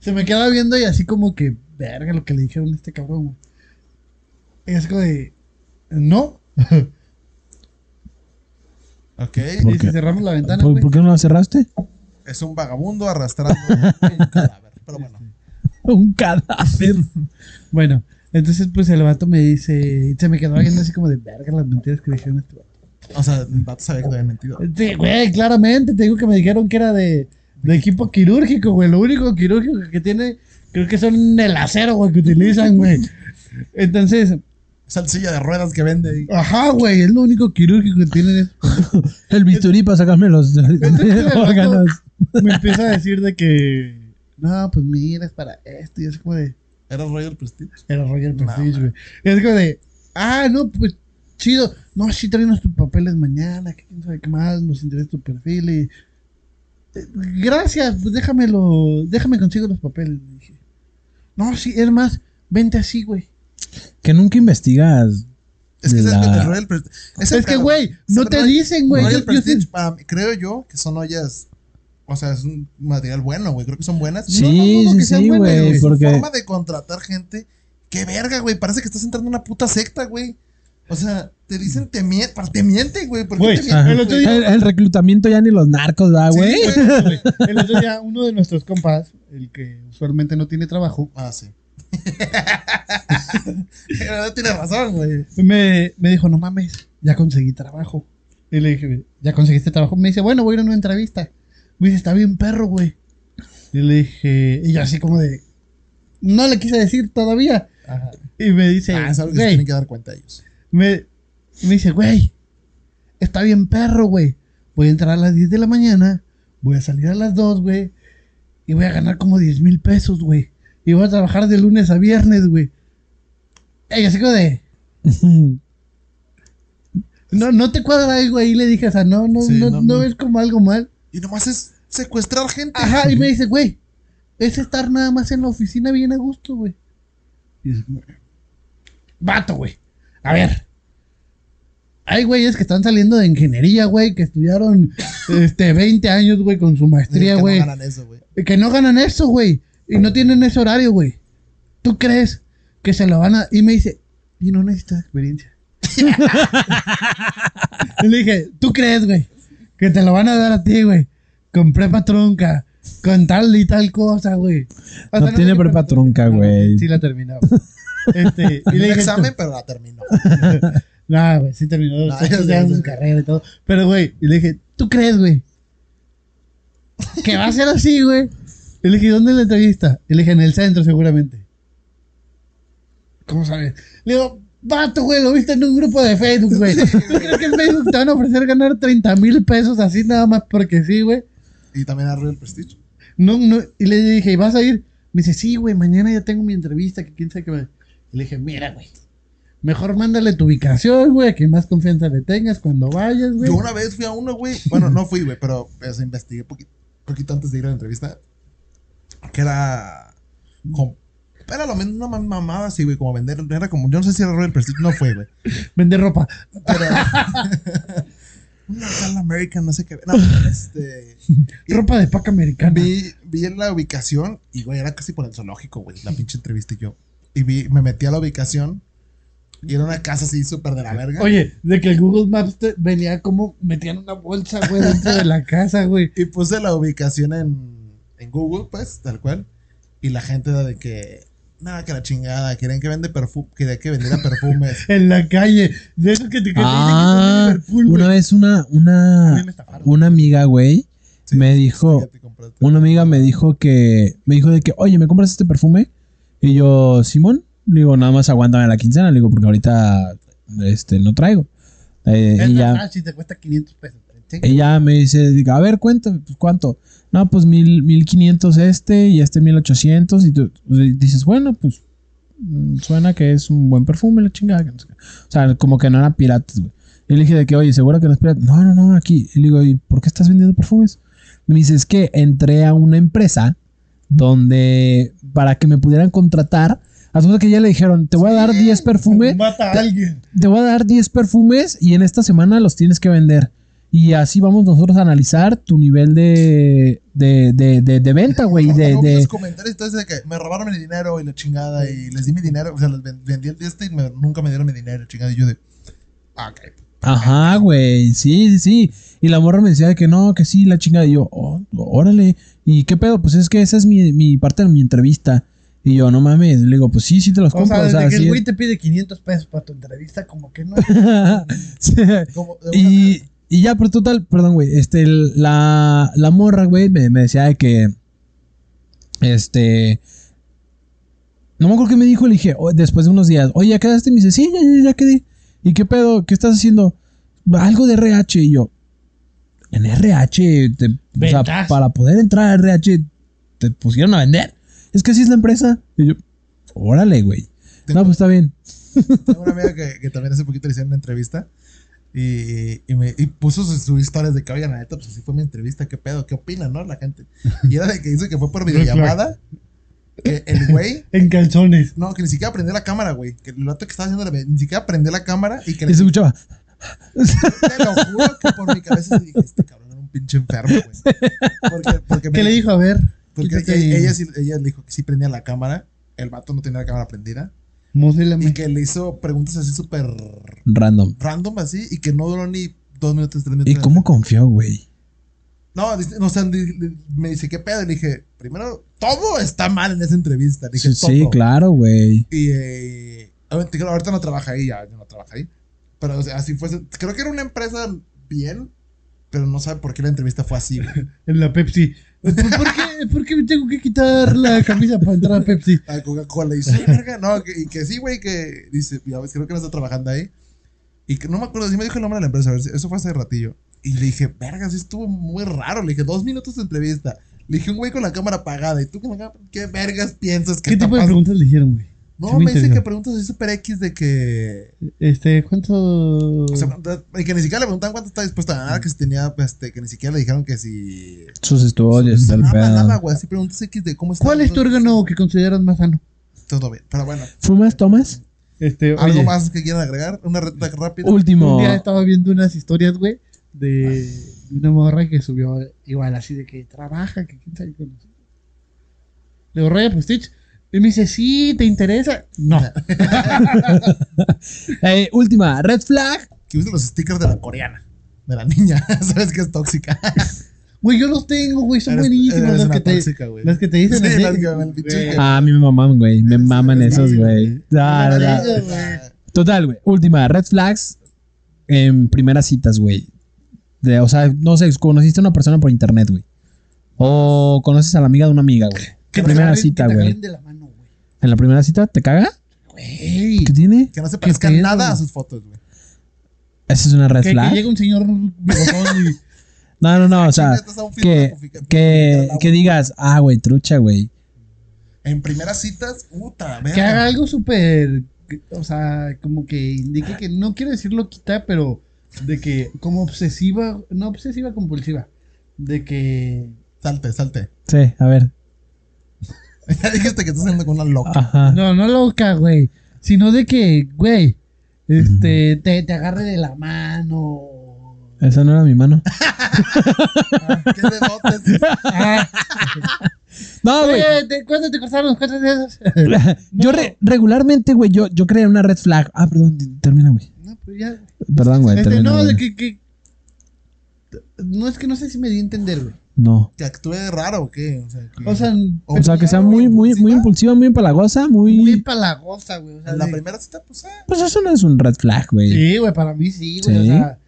Se me queda viendo y así como que, verga, lo que le dijeron a este cabrón, güey. Y así como de, no. Ok. ¿Por Y qué? si cerramos la ventana, ¿Por, güey. por qué no la cerraste? Es un vagabundo arrastrando un cadáver. Pero bueno. Un cadáver. Bueno, entonces pues el vato me dice, se me quedó viendo así como de, verga, las mentiras que le dijeron a este vato. O sea, el vato sabía que te había mentido. Sí, güey, claramente, te digo que me dijeron que era de, de equipo quirúrgico, güey. Lo único quirúrgico que tiene, creo que son el acero, güey, que utilizan, güey. Entonces, Esa silla de ruedas que vende. ahí. ajá, güey, es lo único quirúrgico que tienen es El bisturí para sacarme los Entonces, órganos. me empieza a decir de que no, pues mira, es para esto. Y es como de, Era Royal Prestige. era Roger No, Prestige, güey. Y es como de, ah, no, pues chido. No, sí, tráenos tus papeles mañana, que quién sabe qué más, nos interesa tu perfil. Y, eh, gracias, pues déjamelo, déjame consigo los papeles. le dije. No, sí, es más, vente así, güey. Que nunca investigas. Es que La- sabes que el Royal Prestige. Es que, güey, no te Royal- dicen, güey. Royal Yo- yo- Prestige, para mí- creo yo que son ollas O sea, es un material bueno, güey. Creo que son buenas. Sí, dudo sí, que sean sí, buenas, güey, Su porque- forma de contratar gente. Qué verga, güey. Parece que estás entrando en una puta secta, güey. O sea, te dicen, te mienten, te mienten, güey. ¿Por qué Güey, te ajá. mienten? el otro día- El, el reclutamiento ya ni los narcos, ¿va, Sí, güey? güey. El otro día, uno de nuestros compas, el que usualmente no tiene trabajo, Ah, sí. Pero no tiene razón, güey. me, me dijo, no mames, ya conseguí trabajo. Y le dije, ¿ya conseguiste trabajo? Me dice, bueno, voy a ir a una entrevista. Me dice, está bien perro, güey. Y le dije, y yo así como de, no le quise decir todavía. Ajá. Y me dice, Ah, es algo que se "Güey, tienen que dar cuenta ellos. me, me dice, güey, está bien perro, güey. Voy a entrar a las 10 de la mañana, voy a salir a las 2, güey. Y voy a ganar como 10 mil pesos, güey. Y voy a trabajar de lunes a viernes, güey. Ey, así como de... No, no te cuadra algo ahí, le dije, o sea, no, no, Sí, no, no, no, no. ves como algo mal. Y nomás es secuestrar gente. Ajá, y me dice, güey, es estar nada más en la oficina bien a gusto, güey. Y es como, Vato, güey. A ver. Hay güeyes que están saliendo de ingeniería, güey, que estudiaron este, 20 años, güey, con su maestría, que güey. no ganan eso, güey. que no ganan eso, güey. Y no tienen ese horario, güey. ¿Tú crees que se lo van a.? Y me dice, y no necesitas experiencia. y le dije, ¿tú crees, güey? Que te lo van a dar a ti, güey. Con prepa trunca. Con tal y tal cosa, güey. O sea, No tiene sé qué prepa trunca, No, güey. Sí, la terminaba. Este, y Un le dije, examen, pero la terminó. no, güey, sí terminó. No, está ya sé, estudiando ya su sé. carrera y todo. Pero, güey, y le dije, ¿tú crees, güey? Que va a ser así, güey. Y le dije, ¿dónde es la entrevista? Y le dije, en el centro, seguramente. ¿Cómo sabes? Le digo, vato, güey, lo viste en un grupo de Facebook, güey. ¿Tú crees que en Facebook te van a ofrecer ganar 30 mil pesos así nada más porque sí, güey? Y también arruinó el prestigio. No, no. Y le dije, ¿y vas a ir? Me dice, sí, güey, mañana ya tengo mi entrevista, que quién sabe qué va. Y le dije, mira, güey. Mejor mándale tu ubicación, güey, a quien más confianza le tengas cuando vayas, güey. Yo una vez fui a uno, güey. Bueno, no fui, güey, pero pues, investigué poqui- poquito antes de ir a la entrevista. Que era. com- era lo menos una ma- mamada así, güey, como vender. Era como. Yo no sé si era Royal Prestige, no fue, güey. Vender ropa. Pero. una All American, no sé qué. No, este. y Ropa de paca americana. Vi, vi en la ubicación y, güey, era casi por el zoológico, güey, la pinche entrevista y yo. Y vi, me metí a la ubicación y era una casa así súper de la verga. Oye, de que el Google Maps te- venía como metían una bolsa, güey, dentro de la casa, güey. Y puse la ubicación en, en Google, pues, tal cual. Y la gente era de que, nada, que la chingada, querían que, vende perfu- quería que vendiera perfumes. En la calle. De esos que te que te dicen que Ah, son de Liverpool, una güey. vez una, A mí una, me estafaron. una amiga, güey, Sí, me sí, dijo, ya te compraste. una amiga me dijo que, me dijo de que, oye, ¿me compras este perfume? Y yo, Simón, le digo, nada más aguántame la quincena, le digo, porque ahorita, este, no traigo. Eh, Es y más ya, fácil, ah, te cuesta 500 pesos. ¿sí? ella me dice, diga, a ver, cuéntame, pues, ¿cuánto? No, pues mil, mil quinientos este y este mil ochocientos. Y tú y dices, bueno, pues mm, suena que es un buen perfume, la chingada. que no sé qué. O sea, como que no eran piratas, güey. Y le dije de que, oye, ¿seguro que no es pirata? No, no, no, aquí. Y le digo, ¿y por qué estás vendiendo perfumes? Y me dice, es que entré a una empresa donde para que me pudieran contratar. Hasta que ya le dijeron, te voy a dar 10 perfumes Mata a alguien. te voy a dar 10 perfumes y en esta semana los tienes que vender. Y así vamos nosotros a analizar tu nivel de, de, de, de- de venta, güey. y De, Luego de- los comentarios entonces de que me robaron mi dinero y la chingada y les di mi dinero, o sea, les ven- vendí el de este y me- nunca me dieron mi dinero, chingada. Y yo de, ah, ok. Ajá, güey. Sí, sí, sí. Y la morra me decía que no, que sí, la chingada. Y yo, oh, órale. ¿Y qué pedo? Pues es que esa es mi, mi parte de mi entrevista. Y yo, no mames. Le digo, pues sí, sí te los O compro. sea, o desde sea, que el sí. güey te pide 500 pesos para tu entrevista, como que no. Sí. Como, de una Y, y ya, pero total, perdón, güey. Este, el- la, la morra, güey, me, me decía de que. Este. No me acuerdo qué me dijo, le dije, o- después de unos días, oye, ¿ya quedaste? Y me dice, sí, ya, ya, ya quedé. ¿Y qué pedo? ¿Qué estás haciendo? Algo de RH. Y yo, en RH, te- o sea, Ventas. para poder entrar a RH, te pusieron a vender. Es que así es la empresa. Y yo, órale, güey. No, pues está bien. Tengo una amiga que, que también hace poquito le hicieron una entrevista y, y me, y puso sus, sus historias de que, oigan, la neta, pues así fue mi entrevista, qué pedo, qué opinan, ¿no? La gente. Y era de que dice que fue por videollamada, que el güey, En calzones. no, que ni siquiera prendió la cámara, güey, que el rato que estaba haciendo, la vi- ni siquiera prendió la cámara y que Y se escuchaba, te lo juro que por mi cabeza sí dije, este cabrón era un un pinche enfermo, güey. Porque, porque me- ¿Qué le dijo? A ver. Porque Quítate. e- ella, sí- ella dijo que sí prendía la cámara. El vato no tenía la cámara prendida. Y Modélame. que le hizo preguntas así súper Random. random, así. Y que no duró ni dos minutos, tres minutos. ¿Y cómo confió, güey? No, dice- no, o sea, di- di- me dice, ¿qué pedo? Le dije, primero, todo está mal en esa entrevista. Le dije, Sí, sí, todo. claro, güey. Y eh, obviamente, claro, ahorita no trabaja ahí, ya ya no trabaja ahí. Pero o sea, así fue. Creo que era una empresa bien, pero no sabe por qué la entrevista fue así. güey. En la Pepsi. ¿Por, por qué, por qué me tengo que quitar la camisa para entrar a Pepsi? a Coca-Cola. Y sí, verga, no, que, y que sí, güey, que dice, ya ves, creo que no está trabajando ahí. Y que no me acuerdo, sí me dijo el nombre de la empresa, a ver, eso fue hace ratillo. Y le dije, verga, sí estuvo muy raro. Le dije, dos minutos de entrevista. Le dije, un güey con la cámara apagada. ¿Y tú con la cámara? ¿Qué vergas piensas que ¿Qué está tipo de pasando? preguntas le hicieron, güey? Sí No, me me dice interesó. que preguntas así super X de que. Este, ¿cuánto? O sea, y que ni siquiera le preguntaban cuánto está dispuesto a ganar, que si tenía, este, que ni siquiera le dijeron que si. Sus estudios del nada, pedo. nada, güey. Así preguntas X de cómo está. ¿Cuál es tu órgano que consideras más sano? Todo bien. Pero bueno, ¿Fumas, tomas? Este, ¿algo oye, más que quieran agregar? ¿Una red rápida? Último. Un día estaba viendo unas historias, güey, de de una morra que subió igual así de que trabaja, que quién sabe con Le digo, Raya Postich. Y me dice, sí, ¿te interesa? No. Eh, última, red flag. que use los stickers de la coreana, de la niña. Sabes que es tóxica. Güey, yo los tengo, güey, Ah, son Eres- buenísimos eres las una que, te, tóxica, güey. las que te dicen. Sí, así. las que- el pinche Güey. que- Ah, a mí me maman, güey. Me maman esos, güey. Ah, la- la- Maravilla, Total, güey. Última, red flags en primeras citas, güey. De- O sea, no sé, conociste a una persona por internet, güey. O conoces a la amiga de una amiga, güey. Que te primera agarren- cita, que te güey. agarren de la mano, güey. ¿En la primera cita te caga? Güey. ¿Qué tiene? Que no se parezca pedo? nada a sus fotos, güey. ¿Esa es una red Que, que flag? llega un señor bigotón y... No, no, no, o sea, Estás a un que, filtro, fica- fica que, la- que digas, ah, güey, trucha, güey. En primeras citas, puta, Que haga verga. algo súper. que- O sea, como que indique que no quiero decir loquita, pero de que como obsesiva, no obsesiva, compulsiva. De que. Salte, salte. Sí, a ver. Ya dijiste que estás haciendo con una loca. Ajá. No, no loca, güey. Sino de que, güey, este, te, te agarre de la mano. Esa no era mi mano. ¿Qué dedotes? Ah, No, güey. oye, te- ¿cuándo te cruzaron? ¿Cuántas de esas? Yo re- regularmente, güey, yo, yo creé una red flag. Ah, perdón, t- termina, güey. no, pues ya. Perdón, güey. Este, termina, no, güey. no, de que, que. No, es que no sé si me di a entender, güey. ¿Que actúe raro o qué? Mm. O sea, que- O sea, O sea, que sea muy, ¿Muy muy, muy impulsiva? impulsiva, muy empalagosa, muy... muy palagosa, güey. O sea, en la de- primera cita, pues, eh, Pues eso no es un red flag, güey. Sí, güey, para mí sí, güey. O Sí. sea,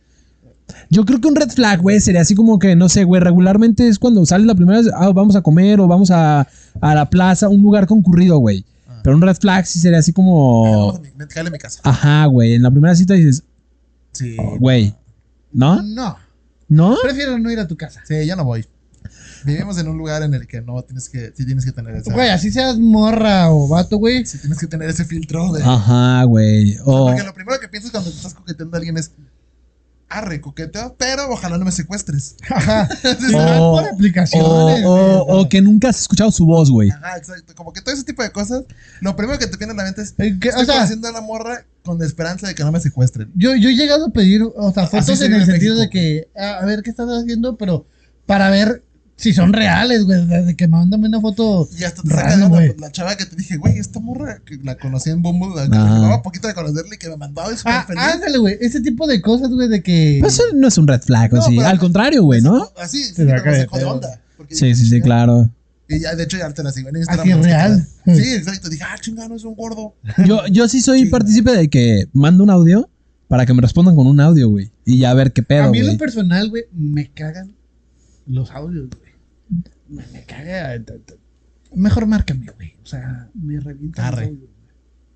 Yo creo que un red flag, güey, sería así como que, no sé, güey, regularmente es cuando sales la primera vez, ah, vamos a comer o vamos a, a la plaza, un lugar concurrido, güey. Ah. Pero un red flag sí sería así vamos a como... mi- me cale a mi casa. Ajá, güey, en la primera cita dices, Sí. Oh, güey, ¿no? no. ¿No? Prefiero no ir a tu casa. Sí, ya no voy. Vivimos en un lugar en el que no tienes que. Sí, tienes que tener esa. Güey, así seas morra o vato, güey. Sí, tienes que tener ese filtro de. Ajá, güey. Ah, O... Porque lo primero que piensas cuando estás coqueteando a alguien es. Arre, coqueteo, pero ojalá no me secuestres. Ajá. Entonces, Oh. Van por O, aplicaciones. o- güey. o que nunca has escuchado su voz, güey. Ajá, exacto. Como que todo ese tipo de cosas, lo primero que te viene a la mente es. Eh, que, Estoy o sea, conociendo a la morra con la esperanza de que no me secuestren. yo, yo he llegado a pedir, o sea, Así fotos se en vive el en sentido de México, que, a, a ver qué estás haciendo, pero para ver si son reales, güey. De de que mándame una foto. Y hasta te Raro, saca de onda pues, güey. la, la chava que te dije, güey, esta morra que la conocí en Bumble, la que Ajá. me llevaba poquito de conocerle y que me mandaba y súper Ah, feliz. ándale, güey. Ese tipo de cosas, güey, de que. Pues eso no es un red flag, o No, sí. pues, pero- Al contrario, güey, ¿no? Así, sí, Te me saca de sacó de pedo. onda. Porque Sí, dije, sí, sí, "Chinga". claro. Y ya, de hecho, ya te la sigo en Instagram. Así es no sé qué real. tal. Sí, exacto. Dije, ah, chingada, no es un gordo. Yo, yo sí soy Chinga. partícipe de que mando un audio para que me respondan con un audio, güey. Y ya a ver qué a pedo, mí en lo güey. personal, güey, me cagan los audios, güey. Me, me caga. eh, t- t- Mejor márcame, güey. O sea, me revienta. Arre. el audio, güey.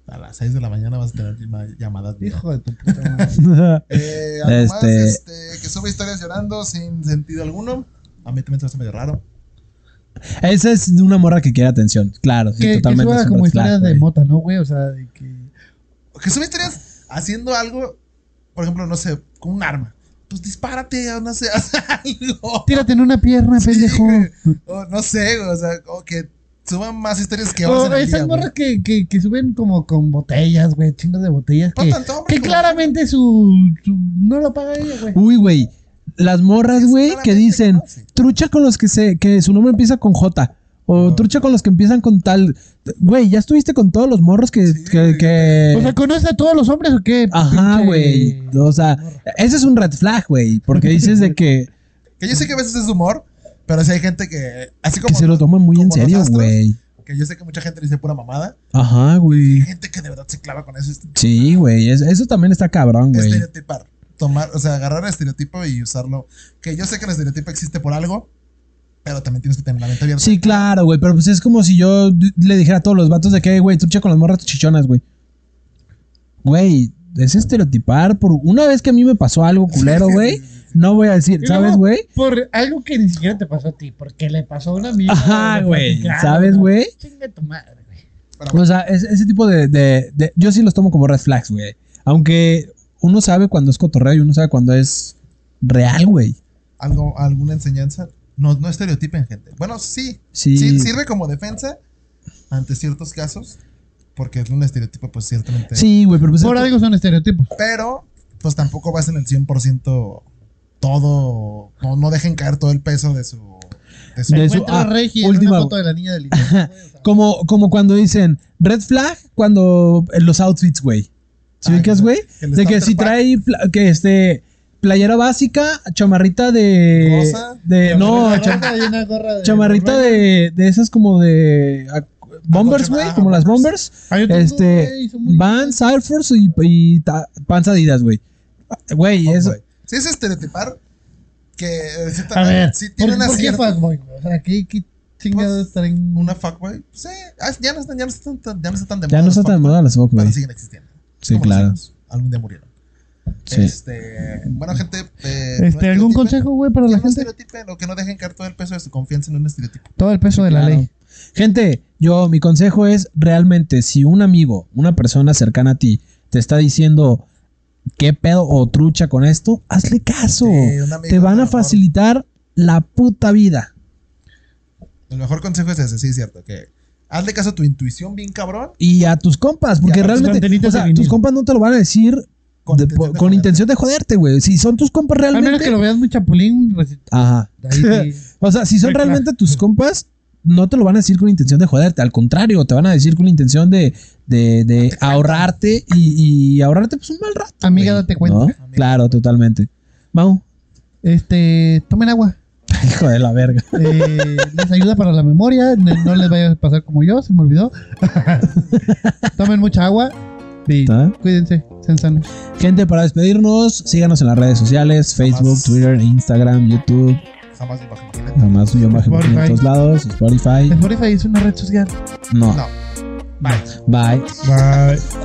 A las 6 de la mañana vas a tener llama- llamadas. mira. Hijo de tu puta madre. Eh, además, Este- este... que sube historias llorando sin sentido alguno. A mí también se me hace medio raro. Esa es una morra que quiere atención, claro. Sí, que, que totalmente. suba es un como red flag, historias de güey. mota, ¿no, güey? O sea, de que. Que sube historias haciendo algo, por ejemplo, no sé, con un arma. Pues dispárate, o no sé, haz algo. Tírate en una pierna, Sí, pendejo. güey. O no sé, güey, o sea, o que suban más historias que O horas en el esas día, güey. morras que, que, que suben como con botellas, güey, chingos de botellas. No Que, tanto, hombre, que como- claramente su, su- No lo paga ella, güey. Uy, güey. las morras, Es güey, que claramente dicen clase. trucha con los que se, que su nombre empieza con J. O trucha con los que empiezan con tal. Güey, ya estuviste con todos los morros que. que, güey. que- O sea, ¿conoce a todos los hombres o qué? Ajá, pinche- güey. O sea, ese es un red flag, güey. Porque dices de que, Que yo sé que a veces es humor, pero sí hay gente que. Así como. que se lo toma muy en como los serio, astros, güey. Que yo sé que mucha gente dice pura mamada. Ajá, Hay güey. gente que de verdad se clava con eso. es Sí, güey. es- eso también está cabrón, Este, güey. Estereotipar. Tomar, o sea, agarrar el estereotipo y usarlo. Que yo sé que el estereotipo existe por algo, pero también tienes que tener la mente abierta. Sí, claro, güey. Pero pues es como si yo d- le dijera a todos los vatos de que, güey, trucha con las morras chichonas, güey. Güey, es estereotipar. Por una vez que a mí me pasó algo culero, Sí, sí, güey, sí, sí, sí. no voy a decir, Y ¿sabes, luego, güey? Por algo que ni siquiera te pasó a ti, porque le pasó a una amiga. Ajá, lo güey, platicaron, ¿sabes, ¿no? güey? Chinga tu madre, güey. Pero O bueno, sea, es- ese tipo de, de- de- Yo sí los tomo como red flags, güey. Aunque uno sabe cuando es cotorreo y uno sabe cuando es real, güey. algo, alguna enseñanza. No, no estereotipen, gente. Bueno, sí, Sí. sí, Sirve como defensa ante ciertos casos, porque es un estereotipo, pues ciertamente. Sí, güey, pero pues... Por algo son estereotipos. Pero, pues tampoco vas en el 100% todo. No, no dejen caer todo el peso de su. De su De su- Encuentra ah, a Regi en última- una foto de la niña del Liceo, güey, o sea, Como, como cuando dicen red flag cuando en los outfits, güey. ¿Sí Ah, ubicas, que- güey? que el De que starter si pack- trae pla- que este playera básica, chamarrita de Rosa, de no, una cha- gorra y una gorra de chamarrita Noruega. de, de esas como de ah, bombers, chama- güey, ah, como las bombers. bombers, Ah, yo tengo, este güey, son muy Vans, lindas. Air Force y, y ta- pants Adidas, güey. Güey, es Sí, es estereotipar. Que eh, sí, A ver, sí tiene ¿por, una ¿por qué cierta. fuckboy, güey? O sea, ¿qué, qué chingados traen? Una fuckboy. Sí, ah, ya no están, ya no están, tan- ya no están de ya no los está tan de fuckboy, moda las fuck, güey. Pero siguen existiendo. Sí, Como los claro. Sims, Algún día murieron. Sí. Este, bueno, gente. eh, no Este, ¿Algún estereotipen. consejo, güey, para Que la no gente? estereotipen o que no dejen caer todo el peso de su confianza en un estereotipo. Todo el peso de la Claro. ley. Gente, yo mi consejo es realmente si un amigo, una persona cercana a ti te está diciendo qué pedo o trucha con esto, hazle caso. Sí, Eh, un amigo, te van a lo mejor- facilitar la puta vida. El mejor consejo es ese, sí, es cierto. Que hazle caso a tu intuición bien cabrón. Y a tus compas, porque Y a tus realmente antenitas o sea, de vinil. tus compas no te lo van a decir Con de- intención por- de con joderte. intención de joderte, güey. Si son tus compas Al menos realmente. que lo veas muy chapulín, pues Ajá. ahí sí. O sea, si son Claro. realmente tus compas, no te lo van a decir con intención de joderte. Al contrario, te van a decir con intención de, de, de ahorrarte y, y ahorrarte pues un mal rato. Amiga, güey, date cuenta. ¿no? Amiga. Claro, totalmente. Mau, Este, tomen agua. hijo de la verga. Eh, les ayuda para la memoria. No, no les vaya a pasar como yo, se me olvidó. Tomen mucha agua y ¿Ah? cuídense, sean sanos. Gente, para despedirnos, síganos en las redes sociales, Facebook, Jamás. Twitter, Instagram, YouTube, Jamás lo imaginé. nomás yo bajo en Spotify. todos lados, Spotify. Spotify es una red social. No, No. Bye. bye. Bye.